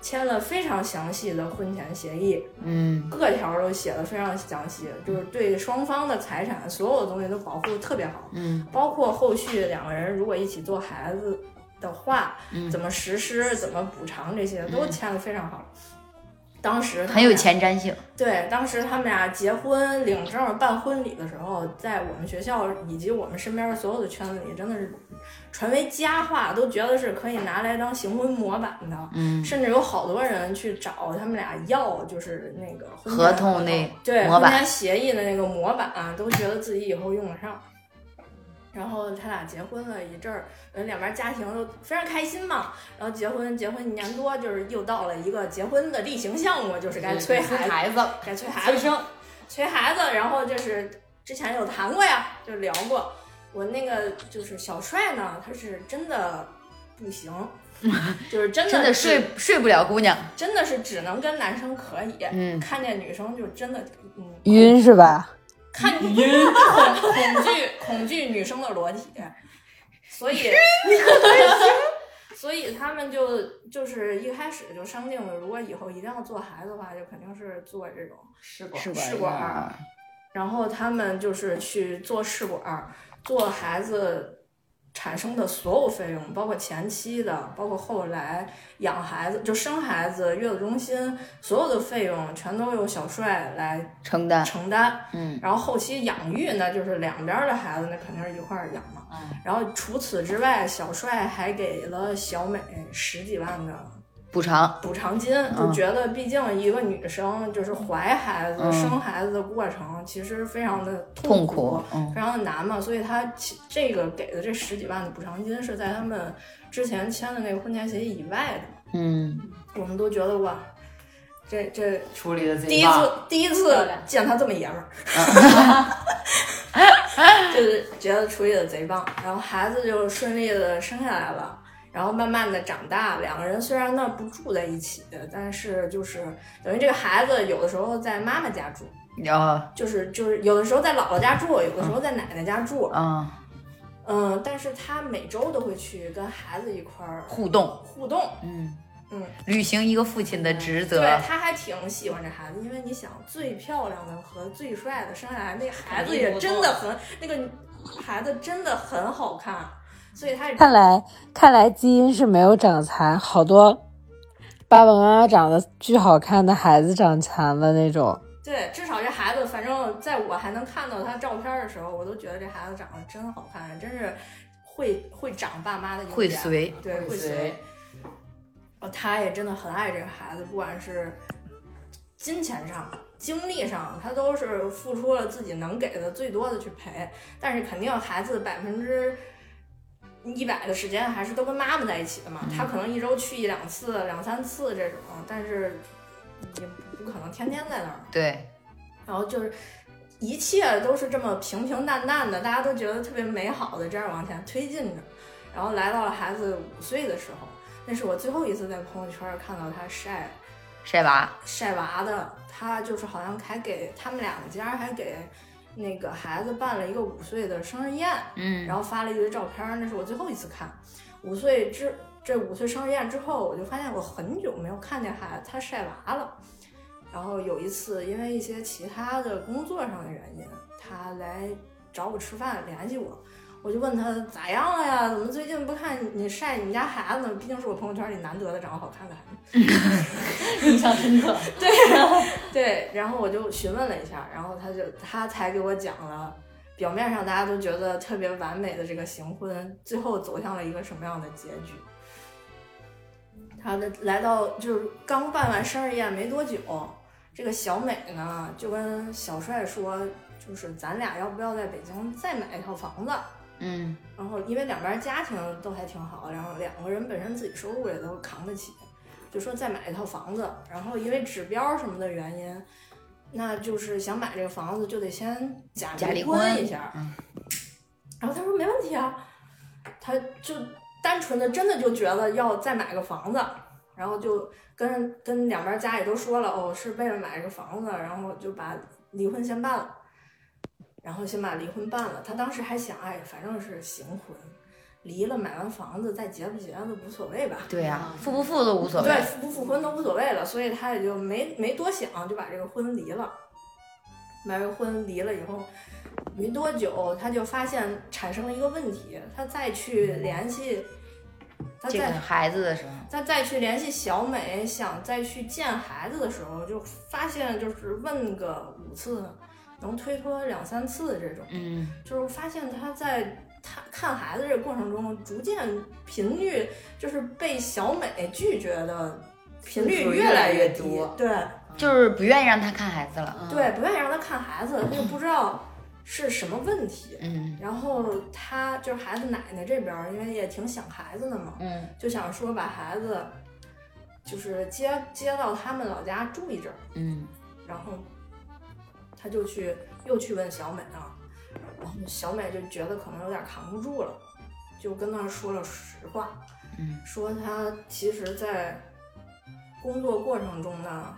S6: 签了非常详细的婚前协议，
S2: 嗯
S6: 各条都写的非常详细，就是对双方的财产所有的东西都保护的特别好，
S2: 嗯
S6: 包括后续两个人如果一起做孩子的话，
S2: 嗯
S6: 怎，么实施、怎么补偿这些都签的非常好。当时他
S2: 很有
S6: 们俩
S2: 前瞻性，
S6: 对，当时他们俩结婚领证儿办婚礼的时候，在我们学校以及我们身边所有的圈子里，真的是传为佳话，都觉得是可以拿来当行婚模板的。
S2: 嗯，
S6: 甚至有好多人去找他们俩要，就是那个婚
S2: 合
S6: 前
S2: 同那
S6: 对
S2: 模板
S6: 婚前协议的那个模板、啊，都觉得自己以后用得上。然后他俩结婚了一阵儿，呃，两边家庭都非常开心嘛。然后结婚，结婚一年多，就是又到了一个结婚的例行项目，就是该催孩子
S1: 孩子，
S6: 该催孩子，
S1: 生，
S6: 催孩子，然后就是之前有谈过呀，就聊过。我那个就是小帅呢，他是真的 不行，就是真的
S2: 真的
S6: 只
S2: 睡睡不了姑娘，
S6: 真的是只能跟男生可以，
S2: 嗯
S6: 看见女生就真的嗯
S7: 晕是吧？
S6: 看见晕恐恐惧恐惧女生的裸体，所以 所以他们就就是一开始就商定了，如果以后一定要做孩子的话，就肯定是做这种
S1: 试过，
S6: 试管儿，然后他们就是去做试管儿，做孩子产生的所有费用，包括前期的，包括后来养孩子，就生孩子、月子中心所有的费用，全都由小帅来
S2: 承担，
S6: 承担。
S2: 嗯
S6: 然后后期养育呢，就是两边儿的孩子，那肯定是一块儿养嘛。
S2: 嗯，
S6: 然后除此之外，小帅还给了小美十几万的
S2: 补偿，
S6: 补偿金，就觉得毕竟一个女生就是怀孩子、
S2: 嗯
S6: 生孩子的过程，其实非常的
S2: 痛
S6: 苦
S2: 苦，，嗯
S6: 非常的难嘛。所以他其这个给的这十几万的补偿金是在他们之前签的那个婚前协议以外的。
S2: 嗯，
S6: 我们都觉得哇，这这
S1: 处理的最
S6: 第一
S1: 棒
S6: 次第一次见他这么爷们儿，就是觉得处理的贼棒。然后孩子就顺利的生下来了，然后慢慢的长大。两个人虽然呢不住在一起，但是就是等于这个孩子有的时候在妈妈家住，
S2: 然后
S6: 就是就是有的时候在姥姥家住，有的时候在奶奶家住。
S2: 嗯
S6: 嗯，但是他每周都会去跟孩子一块儿
S2: 互动，
S6: 互动。
S2: 嗯
S6: 嗯，
S2: 履行一个父亲的职责
S6: 对，，他还挺喜欢这孩子，因为你想，最漂亮的和最帅的生下来，那孩子也真的很，那个孩子真的很好看，所以他也
S7: 看来看来基因是没有长残，好多爸爸妈妈长得巨好看的孩子长残了那种。
S6: 对，至少这孩子，反正在我还能看到他照片的时候，我都觉得这孩子长得真好看，真是会会长爸妈的优点，
S2: 会随，
S6: 对，
S1: 会
S6: 会
S1: 随
S6: 随。哦，他也真的很爱这个孩子，不管是金钱上、精力上，他都是付出了自己能给的最多的去陪。但是肯定孩子百分之一百的时间还是都跟妈妈在一起的嘛，他可能一周去一两次、两三次这种，但是也不可能天天在那儿。
S2: 对，
S6: 然后就是一切都是这么平平淡淡的，大家都觉得特别美好的这样往前推进着，然后来到了孩子五岁的时候，那是我最后一次在朋友圈看到他晒
S2: 晒娃，
S6: 晒娃的，他就是好像还给他们两家还给那个孩子办了一个五岁的生日宴，
S2: 嗯，
S6: 然后发了一堆照片儿，那是我最后一次看。五岁之这五岁生日宴之后，我就发现我很久没有看见孩子他晒娃了。然后有一次，因为一些其他的工作上的原因，他来找我吃饭，联系我，我就问他咋样了呀？怎么最近不看你晒你们家孩子呢？毕竟是我朋友圈里难得的长得好看的孩子。
S4: 印象深刻。
S6: 对，然后我就询问了一下，然后他就他才给我讲了，表面上大家都觉得特别完美的这个行婚，最后走向了一个什么样的结局。他的来到就是刚办完生日宴没多久，这个小美呢就跟小帅说，就是咱俩要不要在北京再买一套房子？
S2: 嗯
S6: 然后因为两边家庭都还挺好，然后两个人本身自己收入也都扛得起，就说再买一套房子。然后因为指标什么的原因，那就是想买这个房子就得先假
S2: 假离
S6: 婚
S2: 婚
S6: 一下。
S2: 嗯
S6: 然后他说没问题啊，他就单纯的真的就觉得要再买个房子，然后就跟跟两边家里都说了，哦，是为了买这个房子，然后就把离婚先办了，然后先把离婚办了。他当时还想，哎，反正是行婚，离了买完房子再结不结的无所谓吧。
S2: 对呀、富不富都无所谓。
S6: 嗯对，复不复婚都无所谓了，所以他也就没没多想，就把这个婚离了。买完婚离了以后，没多久他就发现产生了一个问题，他再去联系，他
S2: 这
S6: 再
S2: 个孩子的时候，
S6: 他再去联系小美，想再去见孩子的时候，就发现就是问个五次，能推脱两三次这种，
S2: 嗯，
S6: 就是发现他在他看孩子这个过程中，逐渐频率就是被小美拒绝的频率越来越低，
S1: 次数越来越多
S6: 对
S2: 就是不愿意让他看孩子
S1: 嗯
S2: 了。
S6: 对，不愿意让他看孩子，他就不知道是什么问题。
S2: 嗯
S6: 然后他就是孩子奶奶这边儿，因为也挺想孩子的嘛，
S2: 嗯
S6: 就想说把孩子就是接接到他们老家住一阵儿，
S2: 嗯，
S6: 然后他就去又去问小美啊，然后小美就觉得可能有点扛不住了，就跟他说了实话，
S2: 嗯，
S6: 说他其实在工作过程中呢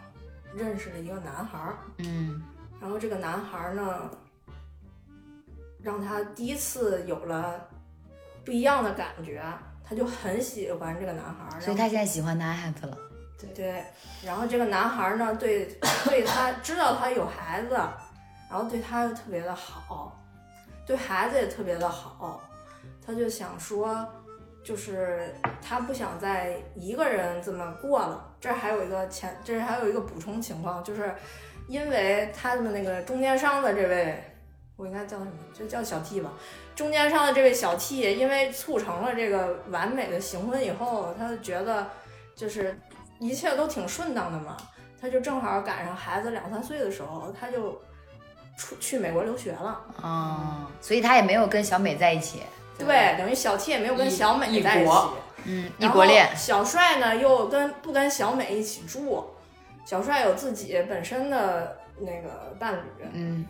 S6: 认识了一个男孩儿，
S2: 嗯
S6: 然后这个男孩儿呢，让他第一次有了不一样的感觉，他就很喜欢这个男孩儿。
S2: 所以他现在喜欢男孩子了。
S6: 对，然后这个男孩儿呢，对对他知道他有孩子，然后对他又特别的好，对孩子也特别的好，他就想说，就是他不想再一个人这么过了。这儿还有一个前，这儿还有一个补充情况，就是因为他们那个中间商的这位，我应该叫他什么？就叫小 T 吧。中间商的这位小 T，因为促成了这个完美的行婚以后，他就觉得就是一切都挺顺当的嘛。他就正好赶上孩子两三岁的时候，他就出去美国留学了。嗯
S2: 哦，所以他也没有跟小美在一起。
S6: 对，等于小 T 也没有跟
S1: 异
S6: 小美
S1: 异
S6: 在一起，
S1: 国
S2: 嗯，异
S6: 然
S2: 国
S6: 后
S2: 恋。
S6: 小帅呢又跟不跟小美一起住，小帅有自己本身的那个伴侣，
S2: 嗯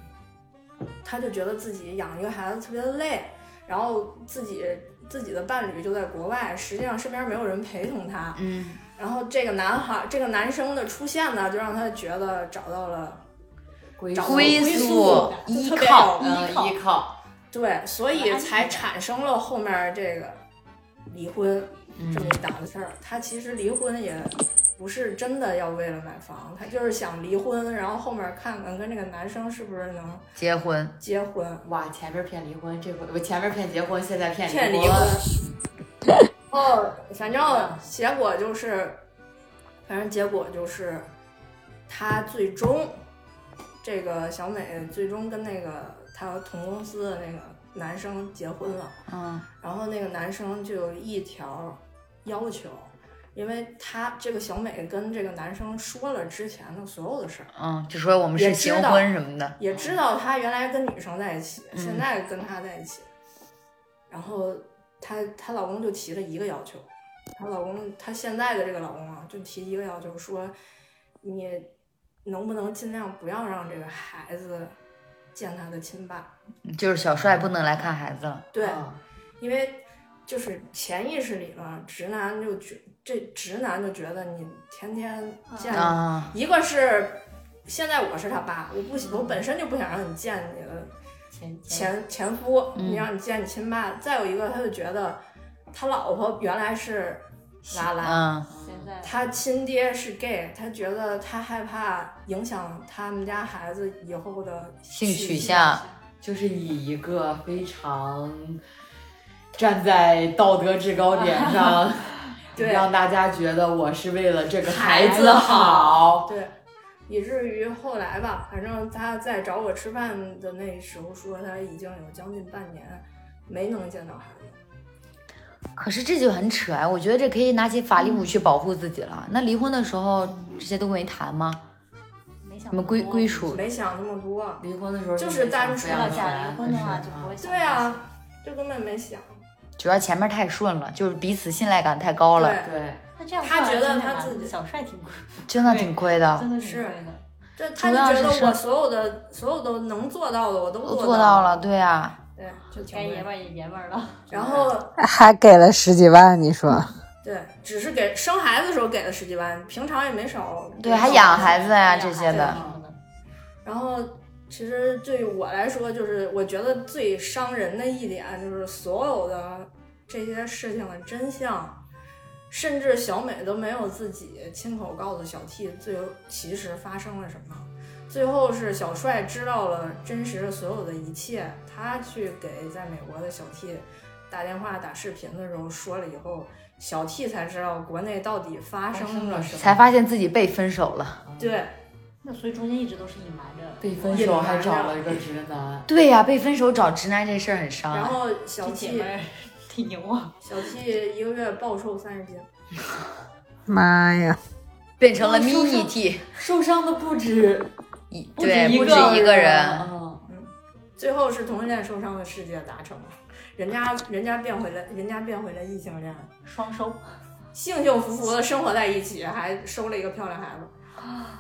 S6: 他就觉得自己养一个孩子特别的累，然后自己自己的伴侣就在国外，实际上身边没有人陪同他，
S2: 嗯，
S6: 然后这个男孩这个男生的出现呢，就让他觉得找到了
S1: 归
S6: 找到
S2: 归
S6: 归
S2: 宿
S6: 宿
S2: 依
S6: 特别
S2: 靠
S6: 好
S1: 嗯依靠，
S6: 对，所以才产生了后面这个离婚
S2: 嗯
S6: 这么一档子事儿。他其实离婚也不是真的要为了买房，他就是想离婚，然后后面看看跟这个男生是不是能
S2: 结婚。
S6: 结婚。
S1: 哇，前面骗离婚，这回我前面骗结婚，现在骗
S6: 骗离
S1: 婚，
S6: 婚。哦，反正结果就是，反正结果就是，他最终，这个小美最终跟那个她同公司的那个男生结婚了。
S2: 嗯
S6: 然后那个男生就有一条要求，因为他这个小美跟这个男生说了之前的所有的事儿，
S2: 嗯，就说我们是
S6: 也知
S2: 行
S6: 道
S2: 婚什么的。
S6: 也知道他原来跟女生在一起，
S2: 嗯
S6: 现在跟他在一起。然后她她老公就提了一个要求，她老公她现在的这个老公啊，就提一个要求说，你能不能尽量不要让这个孩子见他的亲爸。
S2: 就是小帅不能来看孩子了。
S6: 对，因为就是潜意识里了，直男就觉这直男就觉得你天天见，
S2: 啊，
S6: 一个是现在我是他爸，我不喜我本身就不想让你见你的
S4: 前
S6: 前前夫，
S2: 嗯
S6: 你让你见你亲爸。再有一个，他就觉得他老婆原来是拉拉，
S2: 嗯，
S4: 现在
S6: 他亲爹是 gay，他觉得他害怕影响他们家孩子以后的
S2: 性取
S6: 取
S2: 向
S1: 就是以一个非常站在道德制高点上，
S6: 对
S1: 让大家觉得我是为了这个孩
S4: 孩子
S1: 子好。
S6: 对，以至于后来吧，反正他在找我吃饭的那时候说，他已经有将近半年没能见到孩
S2: 嗯
S6: 子。
S2: 可是这就很扯啊呀、我觉得这可以拿起法律武器保护自己了。那离婚的时候这些都没谈吗？
S4: 没想
S2: 什么归
S4: 那么多
S2: 归，属？
S6: 没想那么多。
S1: 离婚的时候
S6: 就是
S1: 没想
S6: 单
S1: 抚
S6: 纯
S4: 要
S1: 养
S4: 假
S1: 权
S4: 离婚的话
S1: 是
S4: 就不会想
S6: 对啊，这根本没想。
S2: 主要前面太顺了，就是彼此信赖感太高了，
S6: 对，
S1: 对，
S4: 那这样
S6: 他觉得
S4: 看来
S6: 他
S4: 真的
S6: 自
S4: 蛮
S6: 己
S4: 小帅 挺亏，
S2: 真的挺亏的。
S4: 真的挺
S6: 是
S4: 亏的。
S6: 这他
S2: 主
S6: 就
S2: 要
S6: 觉
S2: 是
S6: 得我
S2: 是
S6: 所有的所有都能做到的我都
S2: 都
S6: 做
S2: 做
S6: 到
S2: 到。了，对啊，
S6: 对，就挺
S4: 该
S6: 对
S4: 爷们儿也爷们儿了，
S6: 然后
S7: 还给了十几万，你 说
S6: 对，只是给生孩子的时候给了十几万，平常也没少。
S2: 对，还养
S6: 子。
S2: 孩子呀、
S4: 哎呀
S2: 这些
S6: 的
S2: 的，
S4: 还有呢
S6: 然后，其实对于我来说，就是我觉得最伤人的一点，就是所有的这些事情的真相，甚至小美都没有自己亲口告诉小 T 最后其实发生了什么。最后是小帅知道了真实的所有的一切，他去给在美国的小 T 打电话、打视频的时候说了以后，小 T 才知道国内到底发生了什么。
S2: 才发现自己被分手了。
S6: 对，
S4: 那所以中间一直都是隐瞒着，
S1: 被分
S6: 隐
S1: 手
S6: 瞒
S1: 还
S6: 着
S1: 找了一个直男，
S2: 对呀、被分手找直男这事儿很伤
S6: 然
S2: 啊。
S6: 后小
S4: 这姐
S6: T
S4: 们儿挺牛啊，
S6: 小 T 一个月暴瘦三十斤。
S7: 妈呀！
S2: 变成了
S1: 哦说说
S2: mini T，
S1: 受伤的不止
S2: 一
S1: 不止
S2: 对，不止一个
S1: 个
S2: 人。
S1: 嗯，
S6: 最后是同性恋受伤的世界达成了，人家人家变回了，人家变回了异性恋，
S4: 双收，
S6: 幸幸福福的生活在一起，还收了一个漂亮孩子。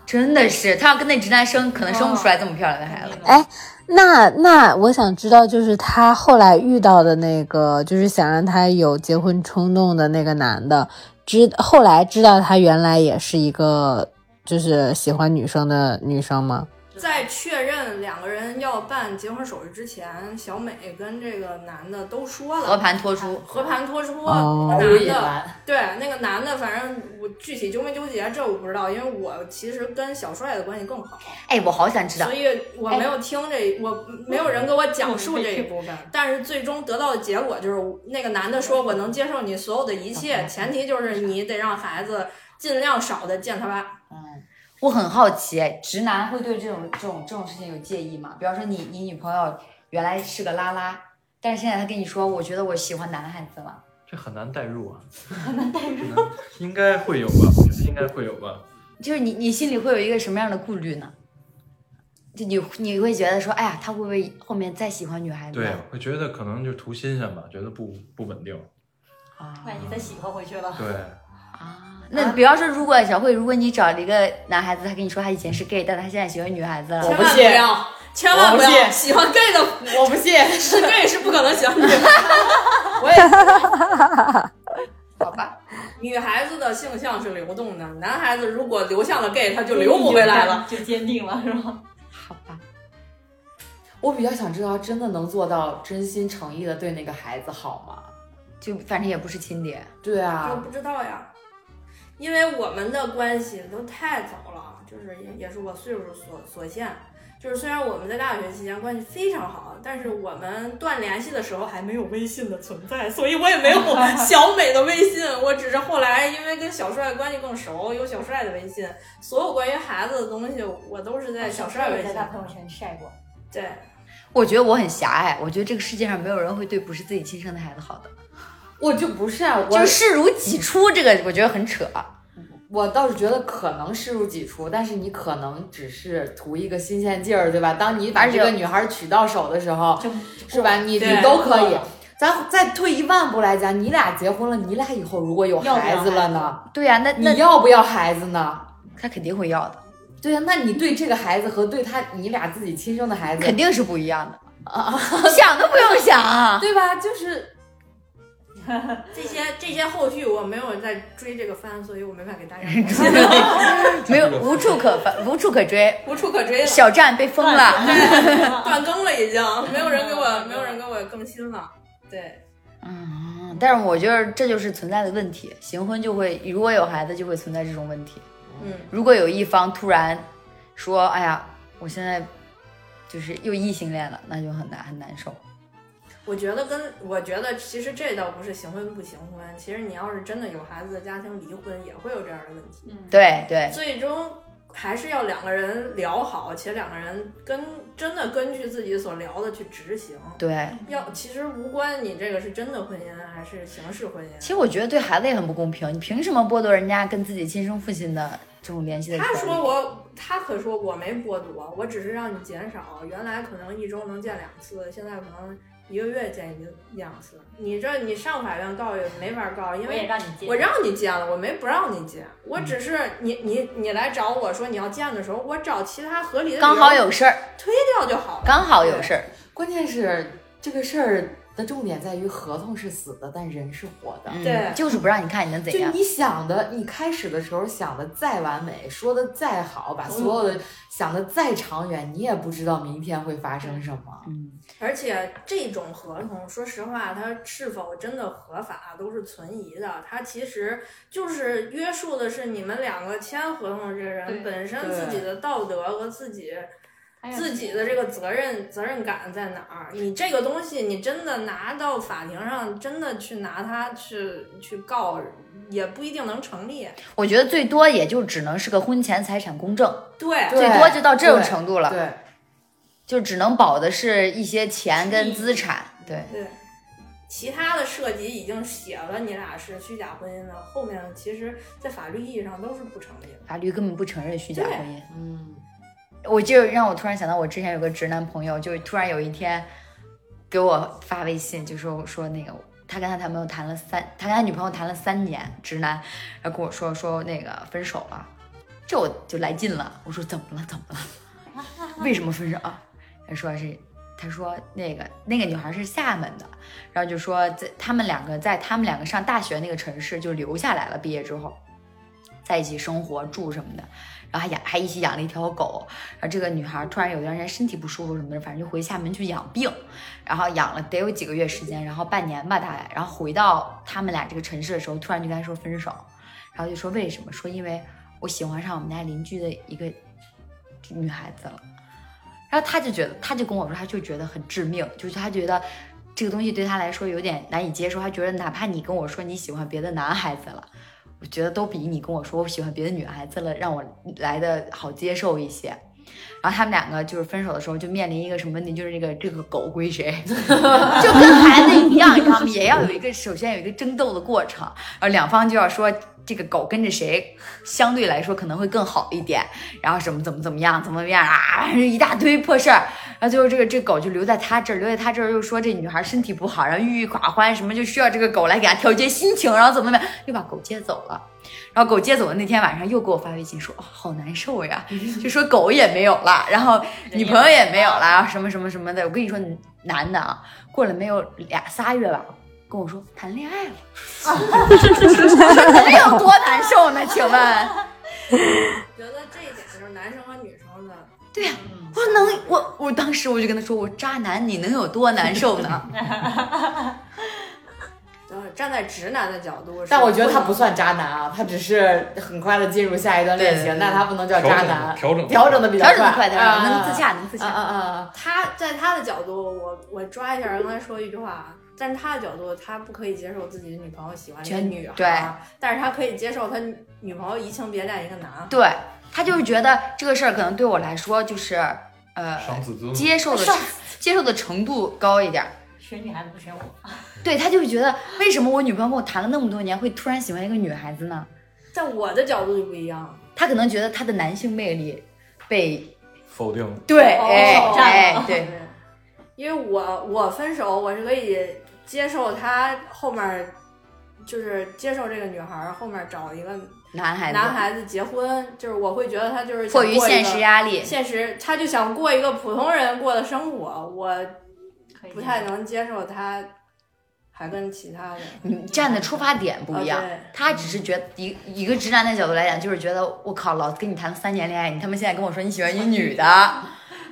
S2: 真的是，他要跟那直男生，可能生不出来这么漂亮的孩子。
S4: 那个
S7: 哎，那那我想知道，就是他后来遇到的那个，就是想让他有结婚冲动的那个男的，知后来知道他原来也是一个就是喜欢女生的女生吗？
S6: 在确认两个人要办结婚手续之前，小美跟这个男的都说
S2: 和
S6: 了。
S2: 盘托出，
S6: 和盘托出，
S7: 哦
S1: 毫无
S6: 男
S1: 隐
S6: 的
S1: 瞒，
S6: 对那个男的，反正我具体纠没纠结，这我不知道，因为我其实跟小帅的关系更好，
S2: 哎，我好想知道
S6: 所，以我没有听这，我没有人给我讲述这一部分，但是最终得到的结果就是那个男的说我能接受你所有的一切，前提就是你得让孩子尽量少的见他爸。
S2: 我很好奇，直男会对这种这种这种事情有介意吗？比方说你你女朋友原来是个拉拉，但是现在她跟你说，我觉得我喜欢男汉子了，
S5: 这很难代入啊，很难代入， 应该会有吧？我觉得应该会有吧。
S2: 就是你你心里会有一个什么样的顾虑呢？就你你会觉得说，哎呀，他会不会后面再喜欢女孩子啊
S5: 对
S2: 呢？，
S5: 我觉得可能就图新鲜吧，觉得不不稳定。
S2: 啊
S4: 万一再喜欢回去了，
S5: 对，
S2: 啊！那比方说，如果小慧，如果你找了一个男孩子，他跟你说他以前是 gay，但他现在喜欢女孩子
S1: 我
S2: 了，
S1: 不
S6: 千万
S1: 信
S6: 要，千万
S1: 我
S6: 不
S1: 不
S6: 要
S1: 信
S6: 喜欢 gay 的
S1: 我不 信，
S6: 是 gay 是不可能喜欢女的，
S2: 好吧？
S6: 女孩子的性向是流动的，男孩子如果流向了 gay，他就流不回来了。
S4: 就坚定了是吧？
S2: 好吧，
S1: 我比较想知道，真的能做到真心诚意的对那个孩子好吗？
S2: 就反正也不是亲爹，
S1: 对
S6: 我
S1: 啊，
S6: 不知道呀，因为我们的关系都太早了，就是也也是我岁数所所限。就是虽然我们在大学期间关系非常好，但是我们断联系的时候还没有微信的存在，所以我也没有
S4: 啊
S6: 小美的微信。我只是后来因为跟小帅关系更熟，有小帅的微信，所有关于孩子的东西我都是在
S4: 哦
S6: 小帅微
S4: 也
S6: 信
S4: 在。他朋友圈晒过，
S6: 对，
S2: 我觉得我很狭隘，我觉得这个世界上没有人会对不是自己亲生的孩子好的，
S1: 我就不是啊，我
S2: 就是视如己出，这个我觉得很扯。
S1: 我倒是觉得可能视入己出，但是你可能只是图一个新鲜劲儿，对吧？当你把
S2: 而且
S1: 这个女孩娶到手的时候，
S4: 就是
S1: 吧？你
S6: 对
S1: 你都可
S4: 过
S1: 以。咱再退一万步来讲，你俩结婚了，你俩以后如果有
S4: 要不要
S1: 孩子了呢？
S2: 对呀、那那
S1: 你要不要孩子呢？
S2: 他肯定会要的。
S1: 对呀，那你对这个孩子和对他你俩自己亲生的孩子
S2: 肯定是不一样的，
S1: 啊，
S2: 想都不用想。 啊
S1: 对吧？就是
S6: 这些这些后续我没有在追这个番，所以我没法给 大家
S2: 没有无处可翻，无处可追，
S6: 无处可追了，
S2: 小站被封了。
S6: 断更了已经，没有人给 我没有人给我更新了。对，
S2: 嗯，但是我觉得这就是存在的问题，行婚就会如果有孩子就会存在这种问题。
S6: 嗯，
S2: 如果有一方突然说：“哎呀，我现在就是又异性恋了”，那就很难很难受。
S6: 我觉得跟我觉得其实这倒不是行婚不行婚，其实你要是真的有孩子的家庭离婚也会有这样的问题，
S4: 嗯，
S2: 对对，
S6: 最终还是要两个人聊好，且两个人跟真的根据自己所聊的去执行。
S2: 对，
S6: 要其实无关你这个是真的婚姻还是形式婚姻。
S2: 其实我觉得对孩子也很不公平，你凭什么剥夺人家跟自己亲生父亲的这种联系的权
S6: 他
S2: 利？
S6: 说我，他可说我没剥夺，我只是让你减少，原来可能一周能见两次，现在可能一个月见一两次。你这你上法院告也没法告，因
S4: 我也
S6: 为
S4: 让你接，
S6: 我让你见了，我没不让你见，我只是你你你来找我说你要见的时候，我找其他合理的理由
S2: 刚好有事儿，
S6: 推掉就好了。
S2: 刚好有事儿，
S1: 关键是这个事儿的重点在于合同是死的，但人是活的。
S2: 嗯
S6: 对
S2: 就是不让你看你能怎
S1: 就
S2: 样。
S1: 你想的，你开始的时候想的再完美，说的再好，
S2: 嗯
S1: 把所有的、想的再长远，你也不知道明天会发生什么。
S2: 嗯，
S6: 而且这种合同，说实话，它是否真的合法都是存疑的。它其实就是约束的是你们两个签合同的这个
S4: 对
S6: 人本身
S1: 对
S6: 自己的道德和自己
S4: 哎呀
S6: 自己的这个责任责任感在哪儿。你这个东西，你真的拿到法庭上，真的去拿它去去告，也不一定能成立。
S2: 我觉得最多也就只能是个婚前财产公证，
S6: 对
S1: 对
S2: 最多就到这种程度了，
S1: 对，
S2: 就只能保的是一些钱跟资产。对，
S6: 对，其他的涉及已经写了你俩是虚假婚姻的，后面其实在法律意义上都是不成立的。
S2: 法律根本不承认虚假
S6: 对
S2: 婚姻。
S1: 嗯，
S2: 我就让我突然想到，我之前有个直男朋友，就是突然有一天给我发微信，就说说那个他跟他男朋友谈了三，他跟他女朋友谈了三年，直男，然后跟我说说那个分手了，这我就来劲了，我说怎么了怎么了， 为什么分手啊？他说是。他说：“那个那个女孩是厦门的，然后就说在他们两个在他们两个上大学那个城市就留下来了，毕业之后在一起生活住什么的，然后还养还一起养了一条狗，然后这个女孩突然有一段时间身体不舒服什么的，反正就回厦门去养病，然后养了得有几个月时间，然后半年吧大概，然后回到他们俩这个城市的时候，突然就跟他说分手，然后就说为什么？说因为我喜欢上我们家邻居的一个女孩子了，然后他就觉得，他就跟我说，他就觉得很致命，就是他觉得。这个东西对他来说有点难以接受，他觉得哪怕你跟我说你喜欢别的男孩子了，我觉得都比你跟我说我喜欢别的女孩子了，让我来的好接受一些。然后他们两个就是分手的时候就面临一个什么问题，就是这个这个狗归谁，就跟孩子一样，你知道吗？也要有一个首先有一个争斗的过程，然后两方就要说这个狗跟着谁，相对来说可能会更好一点，然后什么怎么怎么样，怎么怎么样啊，一大堆破事儿。然后最后这个这狗就留在他这儿，留在他这儿又说这女孩身体不好，然后郁郁寡欢，什么就需要这个狗来给她调节心情，然后怎么怎么样，又把狗接走了。然后狗接走的那天晚上又给我发微信说，哦，好难受呀，就说狗也没有了，然后女朋友也没有了，然后什么什么什么的。我跟你说，男的啊，过了没有俩仨月吧，跟我说谈恋 爱了，能有多难受呢？请问？
S6: 觉得这一点就是男生和女生的，
S2: 对呀、我能，我我当时我就跟他说，我渣男，你能有多难受 呢？
S6: 就是站在直男的角度，
S1: 但我觉得他不，算渣男啊，他只是很快的进入下一段恋
S2: 对
S1: 情，
S2: 对
S1: 那他不能叫渣男，
S5: 调整
S1: 调整的比较
S2: 调整的嗯快点，
S1: 啊
S2: 能自洽，能自
S1: 啊啊
S2: 洽。
S1: 啊啊！
S6: 他在他的角度，我我抓一下刚才说一句话啊。但是他的角度，他不可以接受自己的女朋友喜欢一个
S2: 全
S6: 女孩，啊
S2: 对，
S6: 但是他可以接受他女朋友移情别恋一个男，
S2: 对他就是觉得这个事儿可能对我来说就是呃
S5: 伤自尊，
S2: 接受的接受的程度高一点儿。
S4: 选女孩子不选我，
S2: 对他就会觉得，为什么我女朋友跟我谈了那么多年，会突然喜欢一个女孩子呢？
S6: 在我的角度就不一样了。
S2: 他可能觉得他的男性魅力被
S5: 否定，
S2: 对，
S6: 哦
S2: 哎
S4: 挑战
S2: 哎
S4: 了
S2: 对，
S6: 因为我我分手，我是可以接受他后面，就是接受这个女孩儿后面找一个
S2: 男孩子
S6: 男孩子结婚，就是我会觉得他就是想
S2: 迫于
S6: 过一
S2: 现
S6: 个
S2: 实压力，
S6: 现实，他就想过一个普通人过的生活，我
S4: 可以
S6: 不太能接受他还跟其他的
S2: 你站的出发点不一样
S6: 啊对。
S2: 他只是觉得一一个直男的角度来讲，就是觉得我靠，老子跟你谈了三年恋爱，你他妈现在跟我说你喜欢一女的，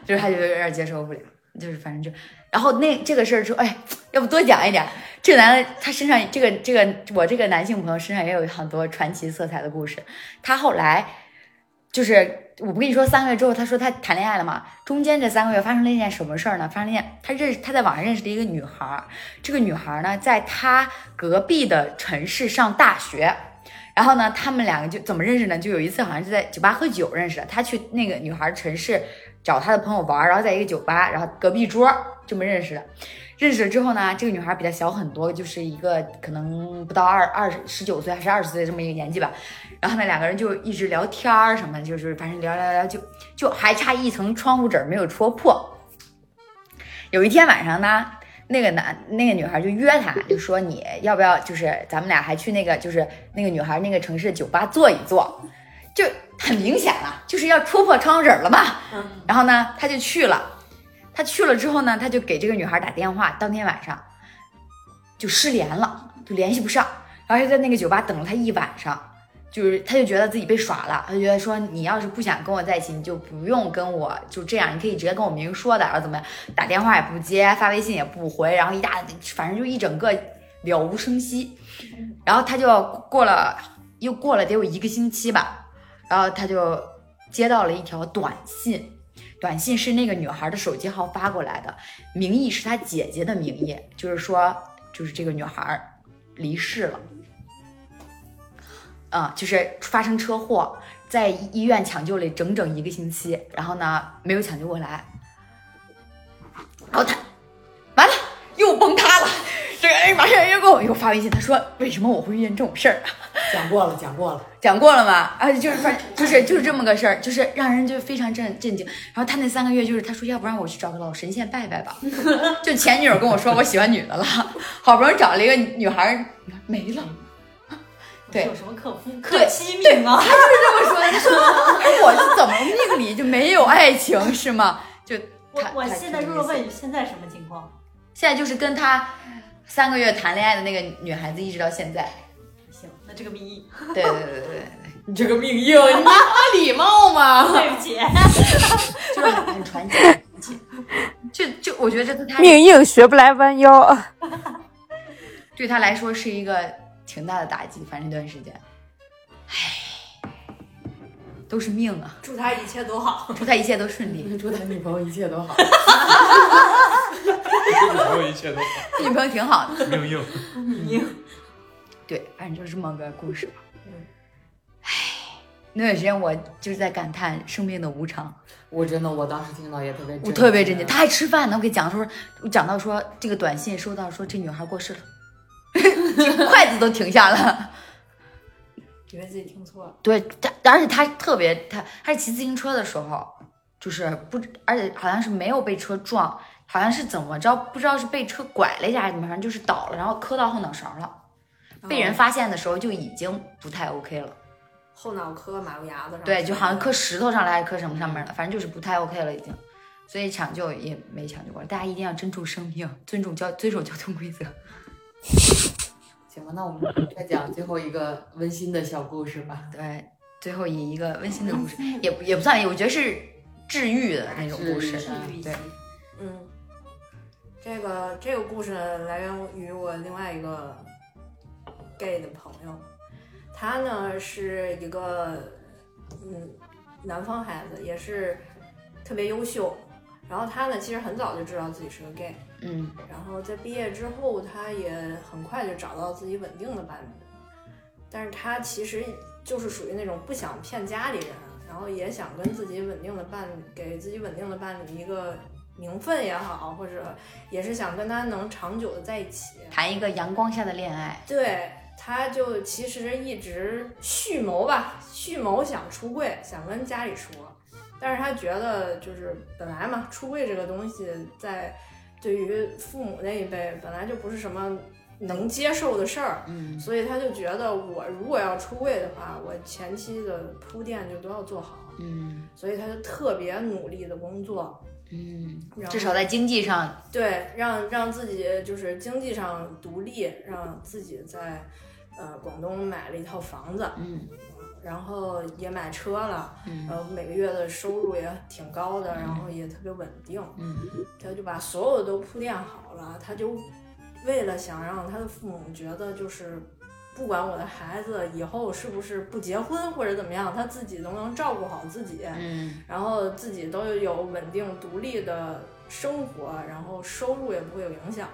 S2: 就是他就有点接受不了，就是反正就，然后那这个事儿说，哎，要不多讲一点。这个男的他身上这个这个我这个男性朋友身上也有很多传奇色彩的故事。他后来就是我不跟你说三个月之后，他说他谈恋爱了嘛，中间这三个月发生了一件什么事儿呢？发生了一件他认识他在网上认识了一个女孩儿，这个女孩儿呢在他隔壁的城市上大学。然后呢，他们两个就怎么认识呢？就有一次好像是在酒吧喝酒认识的。他去那个女孩儿城市找他的朋友玩儿，然后在一个酒吧，然后隔壁桌儿这么认识的。认识了之后呢，这个女孩比他小很多，就是一个可能不到二二十十九岁还是二十岁这么一个年纪吧。然后呢，两个人就一直聊天儿什么的，就是反正聊聊聊，就就还差一层窗户纸儿没有戳破。有一天晚上呢，那个男那个女孩就约他，就说你要不要就是咱们俩还去那个就是那个女孩那个城市的酒吧坐一坐，就很明显了，就是要戳破窗户纸儿了嘛。然后呢，他就去了。他去了之后呢，他就给这个女孩打电话，当天晚上就失联了，就联系不上，然后就在那个酒吧等了他一晚上，就是他就觉得自己被耍了，他就觉得说你要是不想跟我在一起，你就不用跟我就这样，你可以直接跟我明说的，然后怎么样，打电话也不接，发微信也不回，然后一大反正就一整个了无声息，然后他就过了又过了得有一个星期吧，然后他就接到了一条短信。短信是那个女孩的手机号发过来的，名义是她姐姐的名义，就是说，就是这个女孩离世了，啊、就是发生车祸，在医院抢救了整整一个星期，然后呢没有抢救过来，然后他完了又崩塌了，这个哎马上又给我又发微信，他说为什么我会遇见这种事儿？啊
S1: 讲过了，讲过了。
S2: 讲过了嘛，而且就是反就是就是这么个事儿，就是让人就非常震震惊。然后他那三个月就是他说，要不然我去找个老神仙拜拜 吧。就前女友跟我说我喜欢女的了，好不容易找了一个女孩儿没了，对
S4: 有什么可夫
S2: 对
S4: 可惜命啊？
S2: 他是这么说的。他说哎我是怎么命里就没有爱情是吗？就
S4: 我
S2: 他
S4: 我
S2: 他
S4: 现在
S2: 这个
S4: 若
S2: 意思
S4: 问你现在什么情况？
S2: 现在就是跟他三个月谈恋爱的那个女孩子一直到现在。
S4: 行，那这个谜 一，
S2: 对对对对对。
S1: 你这个命硬，啊你妈礼貌吗？
S4: 对不起，
S2: 就是很传奇。就就我觉得这对他
S3: 命硬学不来弯腰。
S2: 对他来说是一个挺大的打击，反正这段时间，唉，都是命啊，
S6: 祝他一切都好。
S2: 祝他一切都顺利。
S1: 祝他女朋友一切都好。
S5: 所有一切都好
S2: 这女朋友挺好的，
S5: 命硬。
S2: 对，反正就是这么个故事吧。唉，那段时间我就是在感叹生命的无常，
S1: 我真的，我当时听到也特别震惊，
S2: 我特别震惊。他还吃饭呢，我给讲说，我讲到说这个短信收到说这女孩过世了， 筷子都停下了。
S6: 以为自己听错了，
S2: 对，他而且他特别，他他骑自行车的时候，就是不，而且好像是没有被车撞，好像是怎么着，不知道是被车拐了一下还是怎么，反正就是倒了，然后磕到后脑勺了。被人发现的时候就已经不太 OK 哦了，
S6: 后脑磕马路牙子上，
S2: 对，就好像磕石头上了还是磕什么上面了，反正就是不太 OK 了已经，所以抢救也没抢救过来。大家一定要珍重生命，尊重交遵守交通规则。
S1: 行吧，那我们再讲最后一个温馨的小故事吧。
S2: 对，最后以一个嗯温馨的故事，也不也不算，我觉得是治愈的那种故事
S1: 治。愈
S2: 对，
S6: 嗯，这个这个故事来源于我另外一个 gay 的朋友，他呢是一个嗯南方孩子，也是特别优秀。然后他呢，其实很早就知道自己是个 gay，
S2: 嗯，
S6: 然后在毕业之后，他也很快就找到自己稳定的伴侣，但是他其实就是属于那种不想骗家里人，然后也想跟自己稳定的伴侣，给自己稳定的伴侣一个名分也好，或者也是想跟他能长久的在一起。
S2: 谈一个阳光下的恋爱，
S6: 对，他就其实一直蓄谋吧，蓄谋想出柜，想跟家里说，但是他觉得就是本来嘛，出柜这个东西在对于父母那一辈本来就不是什么能接受的事儿，
S2: 嗯，
S6: 所以他就觉得我如果要出柜的话，我前期的铺垫就都要做好，
S2: 嗯
S6: 所以他就特别努力的工作，
S2: 嗯，
S6: 然后
S2: 至少在经济上，
S6: 对让让自己就是经济上独立，让自己在呃广东买了一套房子，
S2: 嗯
S6: 然后也买车了，
S2: 嗯
S6: 然后每个月的收入也挺高的，然后也特别稳定，
S2: 嗯
S6: 他就把所有的都铺垫好了，他就为了想让他的父母觉得就是。不管我的孩子以后是不是不结婚或者怎么样，他自己都能照顾好自己，
S2: 嗯
S6: 然后自己都有稳定独立的生活，然后收入也不会有影响。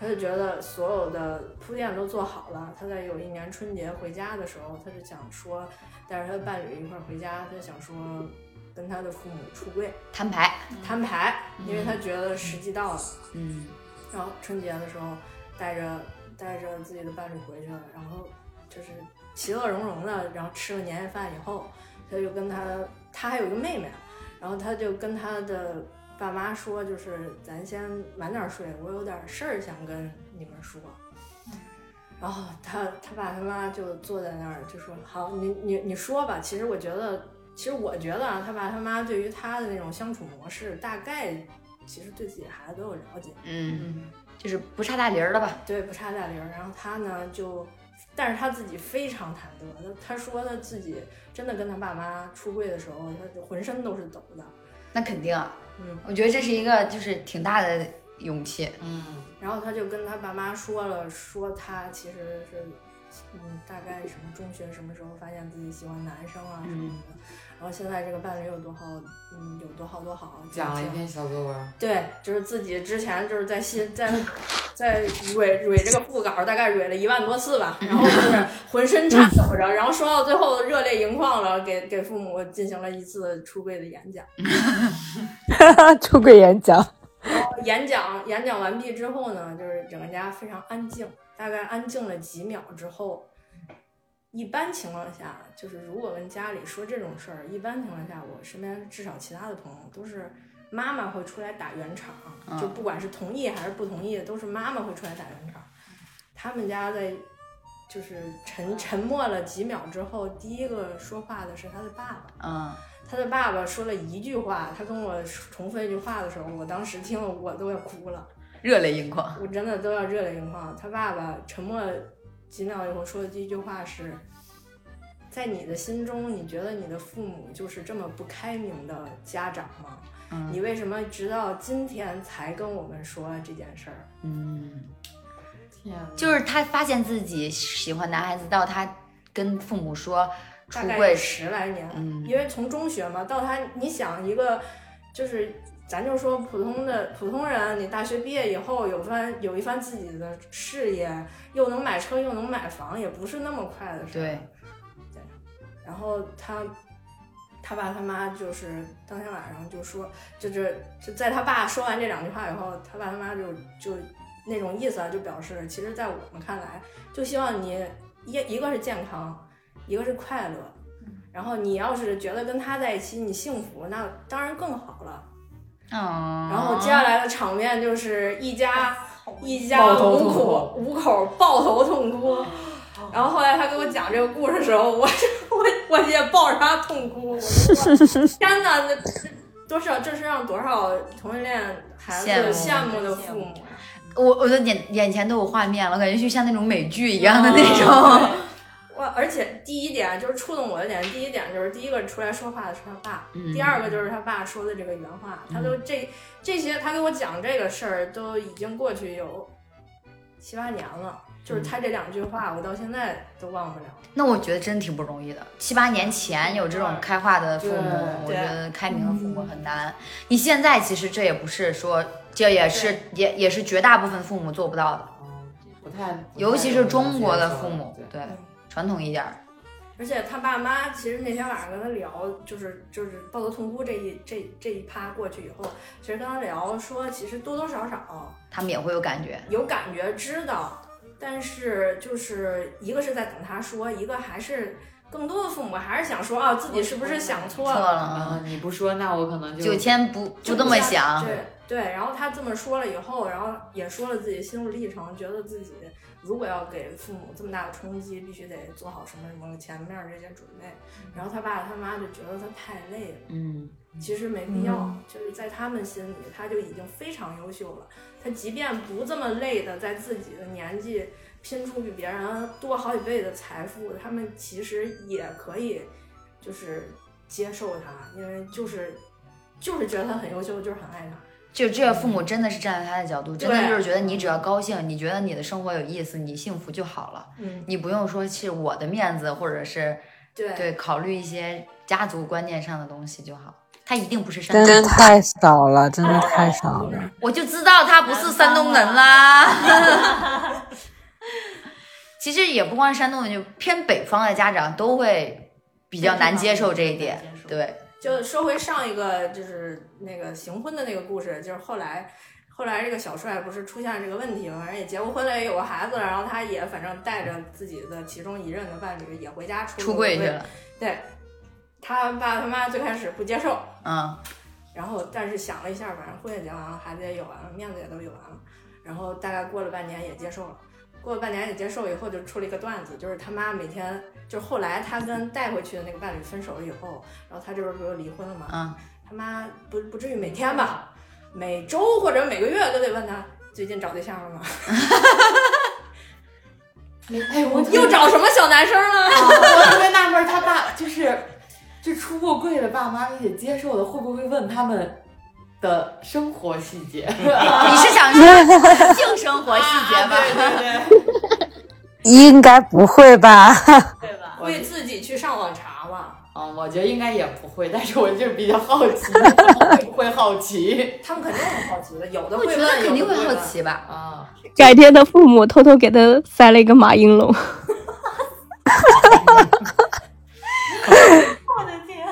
S6: 他就觉得所有的铺垫都做好了。他在有一年春节回家的时候，他就想说，带着他的伴侣一块儿回家，他就想说跟他的父母出柜
S2: 摊牌，
S6: 摊牌，因为他觉得时机到了。
S2: 嗯
S6: 然后春节的时候带着带着自己的伴侣回去了，然后就是其乐融融的，然后吃了年夜饭以后，他就跟他他还有一个妹妹啊，然后他就跟他的爸妈说，就是咱先晚点睡，我有点事儿想跟你们说。然后他他爸他妈就坐在那儿就说：“好，你你你说吧。”其实我觉得，其实我觉得啊，他爸他妈对于他的那种相处模式，大概其实对自己孩子都有了解。
S2: 嗯，就是不差大梨儿了吧？
S6: 对，不差大龄儿。然后他呢就，但是他自己非常忐忑，他他说他自己真的跟他爸妈出柜的时候，他浑身都是抖的。
S2: 那肯定啊，
S6: 嗯，
S2: 我觉得这是一个就是挺大的勇气，
S1: 嗯，
S6: 然后他就跟他爸妈说了，说他其实是，嗯，大概什么中学什么时候发现自己喜欢男生啊什
S1: 嗯
S6: 么的，然后现在这个伴侣有多好，嗯，有多好多好，
S1: 讲了一
S6: 讲
S1: 篇小作文，
S6: 对，就是自己之前就是在心在在蕊蕊这个副稿，大概蕊了一万多次吧，然后就是浑身颤抖着，然后说到最后热泪盈眶了，给给父母进行了一次出柜的演讲。
S7: 出轨演讲，
S6: 然后演讲演讲完毕之后呢，就是整个家非常安静，大概安静了几秒之后，一般情况下，就是如果跟家里说这种事儿，一般情况下，我身边至少其他的朋友都是妈妈会出来打圆场，就不管是同意还是不同意，都是妈妈会出来打圆场。他们家在就是沉沉默了几秒之后，第一个说话的是他的爸爸。
S2: 嗯
S6: 他的爸爸说了一句话，他跟我重复一句话的时候，我当时听了我都要哭了，
S2: 热泪盈眶，
S6: 我真的都要热泪盈眶。他爸爸沉默几秒以后说的第一句话是：“在你的心中，你觉得你的父母就是这么不开明的家长吗？
S2: 嗯
S6: 你为什么直到今天才跟我们说这件事儿？”
S2: 嗯，
S1: 天哪，
S2: 就是他发现自己喜欢男孩子，到他跟父母说出
S6: 大概
S2: 柜
S6: 有，十来年，
S2: 嗯
S6: 因为从中学嘛到他，你想一个就是。咱就说普通的普通人，你大学毕业以后有番有一番自己的事业，又能买车又能买房，也不是那么快的事儿。
S2: 对
S6: 对。然后他他爸他妈就是当天晚上就说，就是就在他爸说完这两句话以后，他爸他妈就就那种意思啊，就表示其实，在我们看来，就希望你一一个是健康，一个是快乐。然后你要是觉得跟他在一起你幸福，那当然更好了。
S2: 嗯，
S6: 然后接下来的场面就是一 家一家
S1: 抱头
S6: 五
S1: 痛
S6: 口
S1: 哭
S6: 五口抱头痛哭。然后后来他给我讲这个故事的时候，我我我也抱着他痛哭。我说 哇天哪，这这多少这是让多少同性恋孩子
S2: 羡慕
S6: 羡慕的父母。啊
S2: 我我的眼眼前都有画面了，我感觉就像那种美剧一样的那 种，
S6: 我而且第一点就是触动我的点，第一点就是第一个出来说话的是他爸，
S2: 嗯
S6: 第二个就是他爸说的这个原话，他都这这些他给我讲这个事儿都已经过去有七八年了，就是他这两句话我到现在都忘不了。
S2: 那我觉得真挺不容易的。七八年前有这种开化的父母，
S1: 对
S2: 我
S6: 对
S2: 觉得开明的父母很难。你现在其实这也不是说，这也是也也是绝大部分父母做不到的，
S1: 嗯不太，不太
S2: 尤其是中国的
S1: 能接受
S2: 父母，
S1: 对
S2: 对
S6: 嗯
S2: 传统一点儿，
S6: 而且他爸妈其实那天晚上跟他聊，就是就是抱头痛哭这一这这一趴过去以后，其实跟他聊说，其实多多少少
S2: 他们也会有感觉。
S6: 有感觉知道，但是就是一个是在等他说，一个还是更多的父母还是想说啊，自己是不是想错
S2: 错
S6: 了，
S2: 了，
S1: 嗯，你不说，那我可 能
S2: 就
S1: 嗯就
S2: 先不
S6: 就
S2: 不这么
S6: 像
S2: 想，嗯
S6: 对，对，然后他这么说了以后，然后也说了自己心路历程，觉得自己如果要给父母这么大的冲击，必须得做好什么什么前面这些准备。然后他爸他妈就觉得他太累了，
S2: 嗯，
S6: 其实没必要，就是在他们心里他就已经非常优秀了。他即便不这么累的，在自己的年纪拼出比别人多好几倍的财富，他们其实也可以就是接受他，因为就是就是觉得他很优秀，就是很爱他。
S2: 就这个父母真的是站在他的角度，真的
S6: 对
S2: 就是觉得你只要高兴，你觉得你的生活有意思，你幸福就好了，
S6: 嗯，
S2: 你不用说是我的面子，或者是
S6: 对
S2: 对考虑一些家族观念上的东西就好。他一定不是山
S7: 真的
S2: 东，
S7: 太少了，真的太少了。
S2: 我就知道他不是山东人啦。 其实也不光是山东人，就偏北方的家长都会比较难接受这一点
S4: 难接。受
S2: 对，
S6: 就说回上一个就是那个行婚的那个故事，就是后来后来这个小帅不是出现了这个问题嘛，反正也结过婚了，也有过孩子了，然后他也反正带着自己的其中一任的伴侣也回家出
S2: 出
S6: 柜
S2: 柜去。了。
S6: 对，他爸他妈最开始不接受，
S2: 嗯，
S6: 然后但是想了一下，反正婚也结完了，孩子也有完了，面子也都有完了，然后大概过了半年也接受了。过了半年也接受以后，就出了一个段子，就是他妈每天，就是后来他跟带回去的那个伴侣分手了以后，然后他这边不是离婚了吗？
S2: 嗯，
S6: 他妈不不至于每天吧，每周或者每个月都得问他最近找对象 了吗？
S1: 哎，我
S6: 又找什么小男生了？
S1: 啊我特别纳闷儿，他爸就是就出过柜的爸妈，你得接受的，会不会问他们的生活细 节？
S2: 你是想说性生活细节吧？
S7: 应该不会吧？
S4: 对 吧？
S6: 会自己去上网查吗？
S1: 嗯，我觉得应该也不会，但是我就是比较好 奇，会不会好奇
S6: 他们肯定很好奇的，有的
S2: 我
S6: 会
S2: 觉
S6: 问，
S2: 得肯定
S6: 有的
S2: 会
S6: 不
S2: 好
S6: 问。
S2: 奇吧。
S1: 啊？
S8: 改天他父母偷偷给他塞了一个马应龙，
S4: 我的天，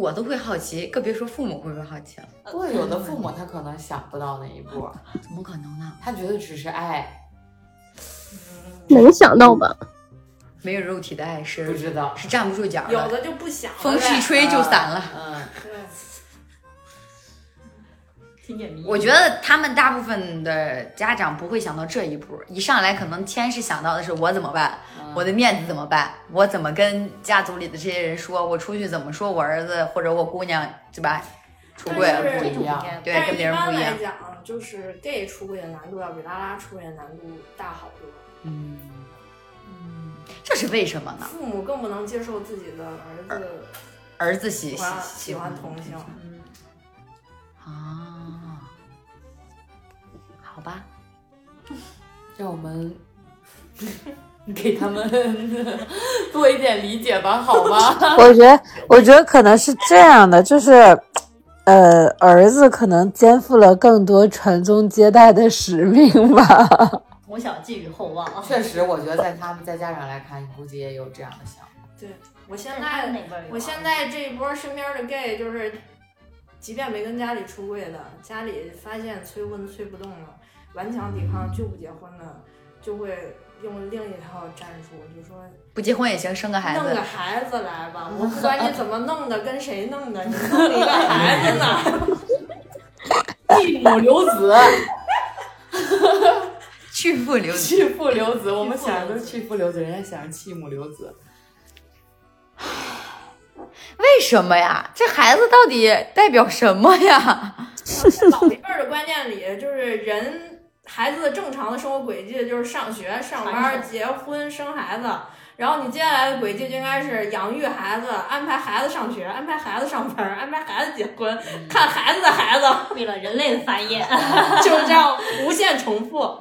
S2: 我都会好奇，更别说父母会不会好奇了。
S1: 不过呃有的父母他可能想不到那一步，
S2: 怎么可能呢？
S1: 他觉得只是爱，
S8: 能想到吧？
S2: 没有肉体的爱
S1: 不
S2: 是
S1: 知道。
S2: 是站不住脚
S6: 有
S2: 的，
S6: 的就不想了
S2: 风一吹就散了。
S1: 嗯，
S6: 对，
S4: 听点迷。
S2: 我觉得他们大部分的家长不会想到这一步，一上来可能先是想到的是我怎么办，
S1: 嗯
S2: 我的面子怎么办，我怎么跟家族里的这些人说，我出去怎么说我儿子或者我姑娘，对吧？出柜
S6: 但
S2: 了
S6: 是
S2: 不一样，对
S6: 但，是
S2: 跟别人不一样
S6: 般来。讲，就是 gay 出柜的难度要比拉拉出柜的难度大好多，
S2: 嗯，这是为什么呢？
S6: 父母更不能接受自己的儿子
S2: 儿啊子喜
S6: 喜
S2: 喜
S6: 欢
S2: 喜
S6: 喜欢同性。
S2: 啊？好吧，
S1: 让我们 给他们 多一点理解吧，好吗？
S7: 我觉得，我觉得可能是这样的，就是，呃，儿子可能肩负了更多传宗接代的使命吧。
S4: 从小寄予厚望啊。
S1: 确实，我觉得在他们在家长来看，估计也有这样的想法。
S6: 我现
S4: 他
S6: 在
S4: 们那边有啊
S6: 我现在这一波身边的 gay 就是，即便没跟家里出柜的，家里发现催婚催不动了，顽强抵抗就不结婚了，就会用另一套战术，就说
S2: 不结婚也行，生个孩
S6: 弄
S2: 子
S6: 个。孩子来吧，我不管你怎么弄的，跟谁弄的，你弄了一个孩子呢？
S1: 继母留子，
S2: 去父留子，
S1: 弃父留子，我们想的都是弃父留子，人家想着弃母留子。
S2: 为什么呀？这孩子到底代表什么呀？
S6: 老一辈儿的观念里，就是人孩子的正常的生活轨迹就是上学、上班、结婚、生孩子。然后你接下来的轨迹就应该是养育孩子，安排孩子上学，安排孩子上班，安排孩子结婚，看孩子的孩 子，
S4: 为了人类的繁衍，
S6: 就是这样无限重复。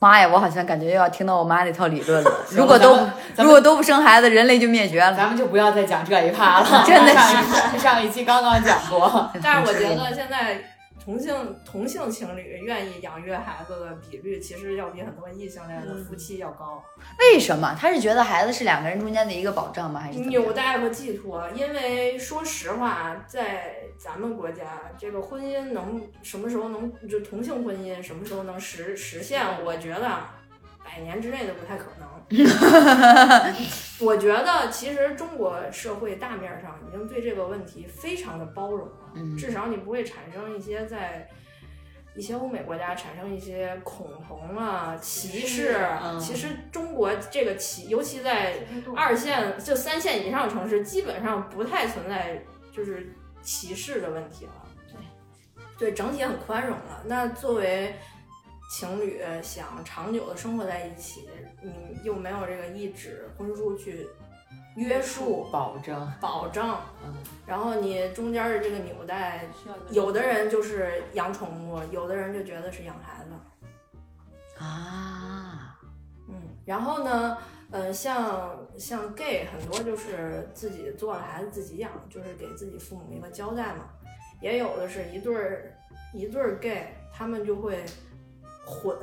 S2: 妈呀，我好像感觉又要听到我妈那套理论了。
S1: 行
S2: 如果都
S1: 咱们咱们
S2: 如果都不生孩子，人类就灭绝了。
S1: 咱们就不要再讲这一趴了，
S2: 真的
S1: 上一上一期刚刚讲过，
S6: 但是我觉得现在同性同性情侣愿意养育孩子的比率，其实要比很多异性恋的夫妻要高。
S2: 为什么？他是觉得孩子是两个人中间的一个保障吗？还是怎么样
S6: 纽带和寄托，因为说实话，在咱们国家，这个婚姻能什么时候能 就同性婚姻什么时候能实实现？我觉得百年之内都不太可能。我觉得其实中国社会大面上已经对这个问题非常的包容了，
S2: 嗯
S6: 至少你不会产生一些在一些欧美国家产生一些恐同啊、歧视。啊
S4: 嗯
S6: 其实中国这个歧，尤其在二线就三线以上的城市，基本上不太存在就是歧视的问题了。对，对，整体很宽容了。那作为情侣想长久的生活在一起，你又没有这个一纸婚书去约束、
S1: 保证，
S6: 保证，
S1: 嗯
S6: 然后你中间的这个纽带，
S4: 需要一个
S6: 有的人就是养宠物，有的人就觉得是养孩子。
S2: 啊，
S6: 嗯，然后呢，呃，像像 gay 很多就是自己做了孩子自己养，就是给自己父母一个交代嘛。也有的是一对儿一对儿 gay，他们就会混，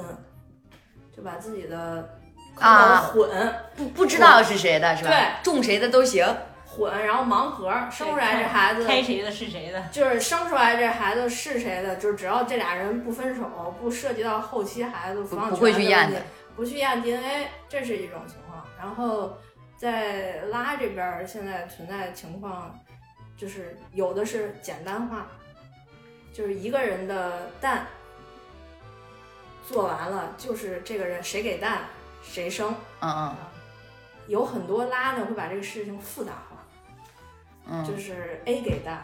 S6: 就把自己的口
S2: 啊
S6: 混、
S2: 不不知道是谁的是吧？
S6: 对，
S2: 中谁的都行。
S6: 混，然后盲盒生出来
S4: 对
S6: 这孩子
S4: 开谁的是谁的，
S6: 就是生出来这孩子是谁的，就是只要这俩人不分手，不涉及到后期孩子抚养
S2: 不不会去验
S6: 权
S2: 的
S6: 问题，不去验 DNA，这是一种情况。然后在拉这边儿现在存在的情况，就是有的是简单化，就是一个人的蛋做完了，就是这个人谁给蛋谁生，
S2: 嗯
S6: 有很多拉呢会把这个事情复杂化，
S2: 嗯嗯，
S6: 就是 A 给蛋，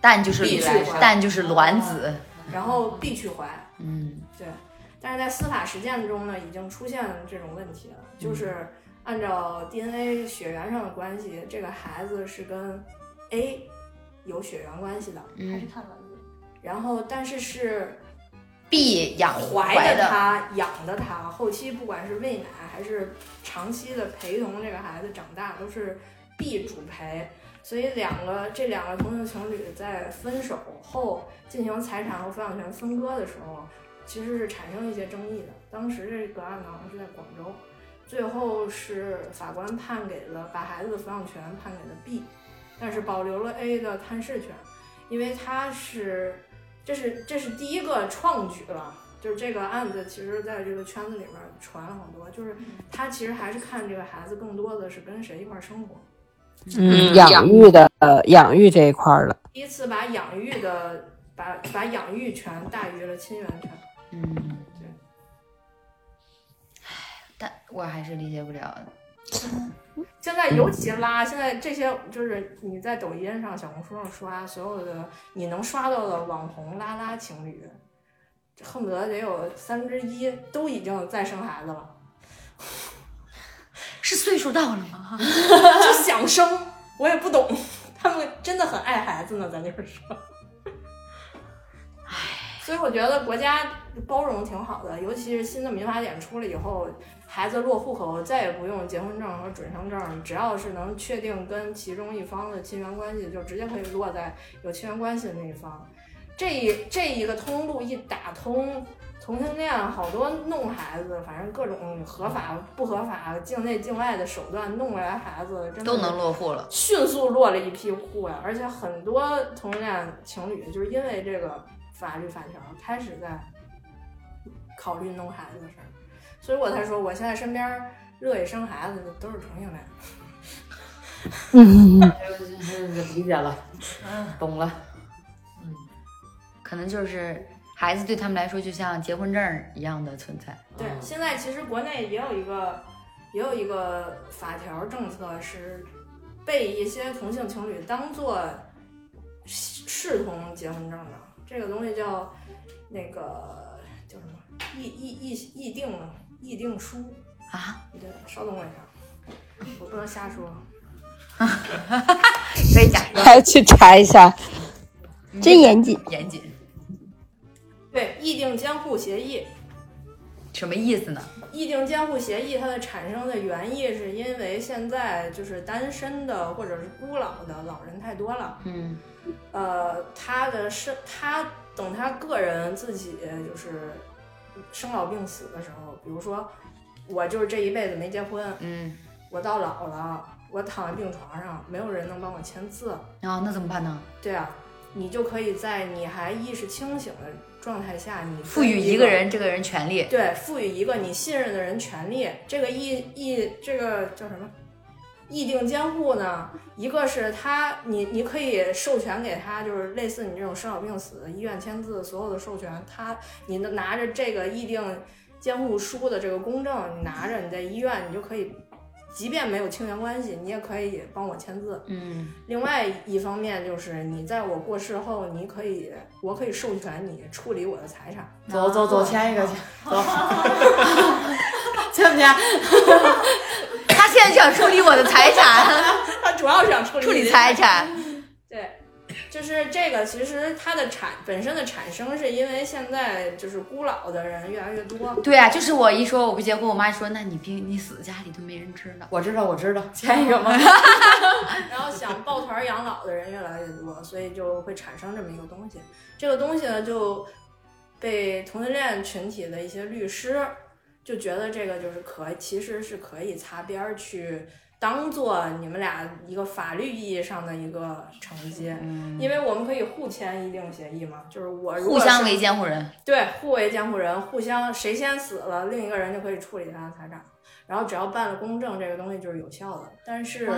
S2: 蛋就是
S1: 必须
S2: 卵
S1: 是
S2: 蛋就是卵子，
S6: 然后 B 去怀。
S2: 嗯
S6: 对，但是在司法实践中呢，已经出现这种问题了，就是按照 DNA 血缘上的关系，这个孩子是跟 A 有血缘关系的，
S4: 还是
S2: 嗯
S4: 看卵子。
S6: 然后但是是
S2: ，B 养
S6: 怀的
S2: 的，
S6: 他养的他，后期不管是喂奶还是长期的陪同这个孩子长大，都是 B 主陪。所以两个这两个同性情侣在分手后进行财产和抚养权分割的时候，其实是产生一些争议的。当时这个案呢好像是在广州，最后是法官判给了把孩子的抚养权判给了 B，但是保留了 A 的探视权，因为他是这是这是第一个创举了。就是这个案子，其实在这个圈子里面传了好多。就是他其实还是看这个孩子更多的是跟谁一块儿生活，
S7: 嗯，养育的呃养育这一块儿的，
S6: 第一次把养育的把把养育权大于了亲缘权。
S2: 嗯
S6: 对，
S2: 但我还是理解不了的。
S6: 现在尤其拉，现在这些就是你在抖音上、小红书上刷所有的你能刷到的网红拉拉情侣，恨不得得有三分之一都已经在生孩子了，
S2: 是岁数到了吗？
S6: 就想生，我也不懂， 他们真的很爱孩子呢，咱就是说。所以我觉得国家包容挺好的，尤其是新的民法典出了以后，孩子落户口再也不用结婚证和准生证，只要是能确定跟其中一方的亲缘关系，就直接可以落在有亲缘关系的那一方。这一这一个通路一打通，同性恋好多弄孩子，反正各种合法不合法、境内境外的手段弄过来孩子，真的
S2: 都能落户了。
S6: 迅速落了一批户啊呀，而且很多同性恋情侣就是因为这个法律法条开始在考虑弄孩子的事儿，所以我才说我现在身边儿热爱生孩子的都是同性恋。
S1: 理解了，懂了。
S2: 嗯可能就是孩子对他们来说就像结婚证儿一样的存在。
S6: 对，
S1: 嗯
S6: 现在其实国内也有一个也有一个法条政策是被一些同性情侣当做视同结婚证的，这个东西叫那个叫什么议议议议定议定书。
S2: 啊，
S6: 对，稍等我一下，我不能瞎说。啊
S2: 可以假装
S7: 还去查一下。
S8: 真严谨。
S2: 嗯严谨，
S6: 对，议定监护协议，
S2: 什么意思呢？
S6: 议定监护协议它的产生的原意是因为现在就是单身的或者是孤老的老人太多了，
S2: 嗯
S6: 呃，他的生他等他个人自己就是生老病死的时候，比如说我就是这一辈子没结婚，
S2: 嗯，
S6: 我到老了，我躺在病床上，没有人能帮我签字，
S2: 啊、那怎么办呢？
S6: 对啊，你就可以在你还意识清醒的状态下，你
S2: 赋予
S6: 跟
S2: 一个人这个人权利，
S6: 对赋予一个你信任的人权利。这个意意这个叫什么？意定监护呢？一个是他，你你可以授权给他，就是类似你这种生老病死、医院签字所有的授权，他你拿着这个意定监护书的这个公证，你拿着你在医院，你就可以，即便没有亲缘关系，你也可以帮我签字。
S2: 嗯，
S6: 另外一方面就是，你在我过世后，你可以，我可以授权你处理我的财产。
S1: 走走走，签一个去，走，签不签？
S2: 他现在就想处理我的财产，
S6: 他主要是想处理
S2: 处理财产，
S6: 对，就是这个，其实它的产本身的产生是因为现在就是孤老的人越来越多。
S2: 对啊，就是我一说我不结婚，我妈说那你别你死家里都没人知道，
S1: 我知道，我知道，签一个吗？
S6: 然后想抱团养老的人越来越多，所以就会产生这么一个东西。这个东西呢，就被同性恋群体的一些律师就觉得这个就是可以，其实是可以擦边儿去当做你们俩一个法律意义上的一个承接，因为我们可以互签议定协议嘛，就是我啊如
S2: 嗯互
S6: 果是
S2: 相为监护人，
S6: 对，互为监护人，互相谁先死了，另一个人就可以处理他的财产。然后只要办了公证，这个东西就是有效的。但是，
S2: 哇，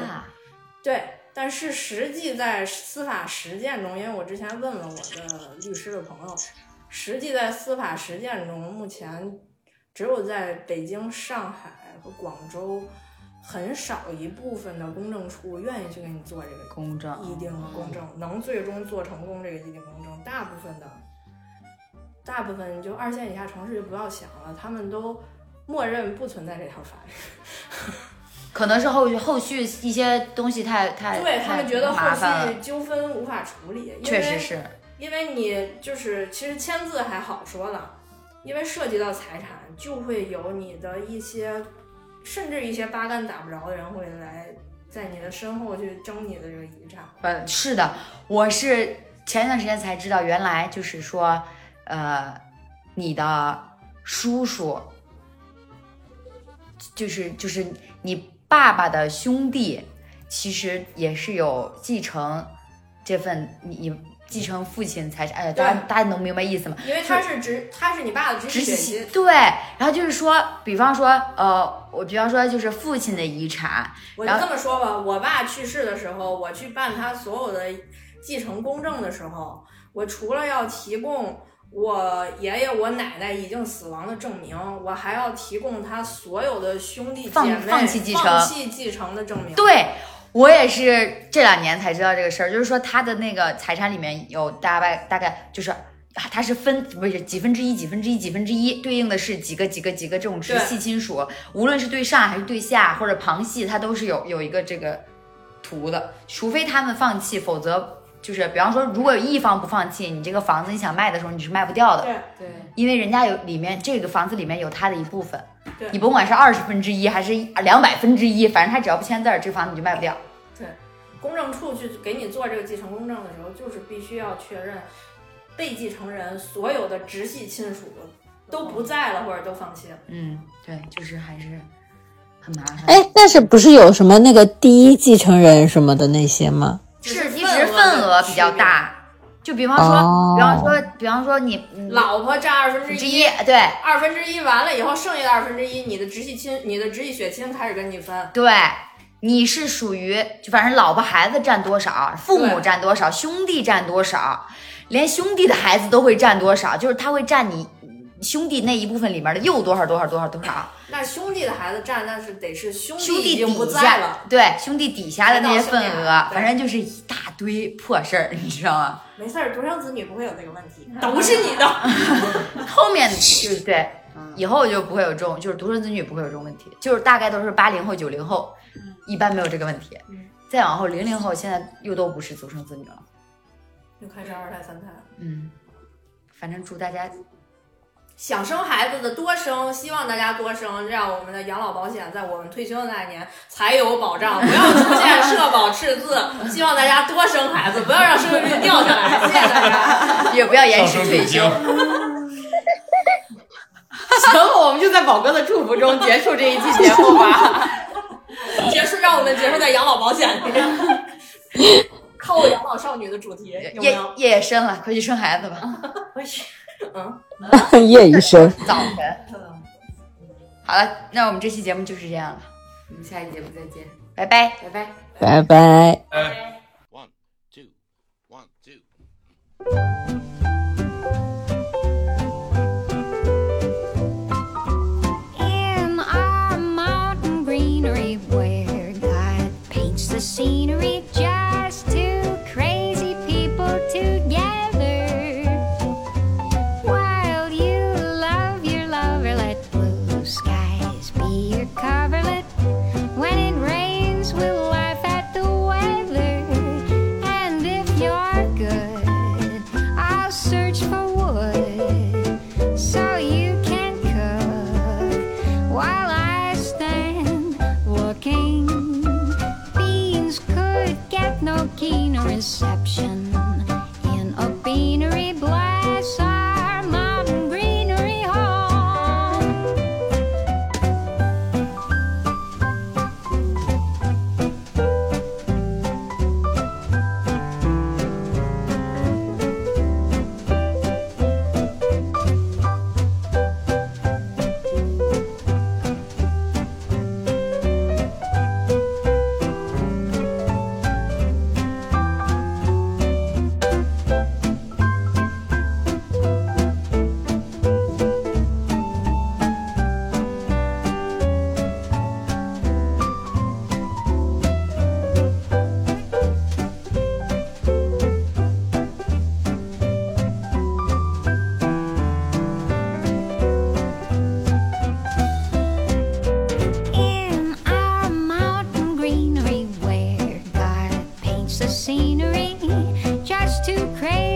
S6: 对，但是实际在司法实践中，因为我之前问了我的律师的朋友，实际在司法实践中，目前只有在北京、上海和广州，很少一部分的公证处愿意去给你做这个
S2: 公证
S6: 议定公证，能最终做成功这个议定公证，大部分的，大部分就二线以下城市就不要想了，他们都默认不存在这条法律。
S2: 可能是后续后续一些东西太太
S6: 对他
S2: 太
S6: 们觉得
S2: 麻烦
S6: 后
S2: 了
S6: 续，纠纷无法处理，因
S2: 确实
S6: 为
S2: 是，
S6: 因为你就是其实签字还好说了，因为涉及到财产，就会有你的一些，甚至一些八竿打不着的人会来在你的身后去争你的这个遗产。
S2: 呃，是的，我是前段时间才知道，原来就是说，呃，你的叔叔，就是就是你爸爸的兄弟，其实也是有继承这份你你继承父亲财产。哎，大家
S6: 对
S2: 大家能明白意思吗？
S6: 因为他是直，他是你爸的直
S2: 直
S6: 系
S2: 系
S6: 血亲，
S2: 对，然后就是说，比方说，呃，我比方说就是父亲的遗产，
S6: 我就
S2: 然后
S6: 这么说吧，我爸去世的时候，我去办他所有的继承公证的时候，我除了要提供我爷爷、我奶奶已经死亡的证明，我还要提供他所有的兄弟姐
S2: 放
S6: 妹
S2: 放弃继承
S6: 放弃继承的证明。，
S2: 对我也是这两年才知道这个事儿，就是说他的那个财产里面有大概大概就是。啊他是分不是几分之一几分之一几分之一，对应的是几个几个几个这种直系亲属，无论是对上还是对下或者旁系，它都是有有一个这个图的，除非他们放弃，否则就是比方说，如果有一方不放弃，你这个房子你想卖的时候你是卖不掉的，
S6: 对
S1: 对，
S2: 因为人家有里面这个房子里面有他的一部分
S6: 对，
S2: 你甭管是二十分之一还是两百分之一，反正他只要不签字儿，这房子你就卖不掉。
S6: 公证处去给你做这个继承公证的时候，就是必须要确认被继承人所有的直系亲属都不在了，或者都放弃了。
S2: 嗯，对，就是还是很麻烦。
S7: 哎，但是不是有什么那个第一继承人什么的那些吗？
S2: 是
S6: 只
S2: 一
S6: 是
S2: 直份额比较大，就比方说，
S7: 哦
S2: 比方说，比方说你嗯
S6: 老婆占二分
S2: 分
S6: 之
S2: 之
S6: 一
S2: 一，，对
S6: 二分之一完了以后，剩下的二分之一，你的直系亲、你的直系血亲开始跟你分。
S2: 对，你是属于就反正老婆孩子占多少，父母
S6: 对
S2: 占多少，兄弟占多少，连兄弟的孩子都会占多少，就是他会占你嗯兄弟那一部分里面的又多少多少多少多少。
S6: 那兄弟的孩子占，那是得是兄
S2: 兄
S6: 弟已
S2: 弟
S6: 经不
S2: 底
S6: 在
S2: 下
S6: 了，，
S2: 对兄弟底下的那些份
S6: 才到兄弟
S2: 额
S6: 啊，对
S2: 反正就是一大堆破事儿，你知道吗？
S6: 没事儿，独生子女不会有这个问题，都是你的。
S2: 后 面就是对，
S6: 嗯
S2: 以后就不会有这种，就是独生子女不会有这种问题，就是大概都是八零后、九零后，
S6: 嗯
S2: 一般没有这个问题。再往后，零零后现在又都不是独生子女了。
S6: 又开始二胎三胎了，
S2: 嗯，反正祝大 家
S6: 想生孩子的多生，希望大家多生，让我们的养老保险在我们退休的那一年才有保障，不要出现社保赤字。希望大家多生孩子，不要让生育率掉下来。谢谢大家。
S2: 也不要延迟
S5: 上升
S2: 退
S5: 北京
S2: 休。，
S1: 行，我们就在宝哥的祝福中结束这一期节目吧。
S6: 结束，让我们结束在养老保险里，靠养老岛少女的主题有没
S2: 夜
S6: 有？嗯
S2: 夜也深了，快去生孩子吧。
S4: 我去，
S7: 夜已深，
S2: 早晨。
S6: 嗯
S2: 好了，那我们这期节目就是这样了，
S1: 我们下一节目再见，
S2: 拜拜。
S1: 拜拜。
S7: 拜拜。
S5: 哎。
S9: One, two, one, two.
S10: in our mountain greenery where God paints the scenery just two crazy people together. While you love your lover, let blue skies be your coverlet. When it rains, we'll laugh at the weather. And if you're good, I'll search for wood so you can cook while I stand looking. Beans could get no keener reception in a beanery. Bless our mountain greenery home. in our mountain greenery where God paints the scenery just to crazy Oh,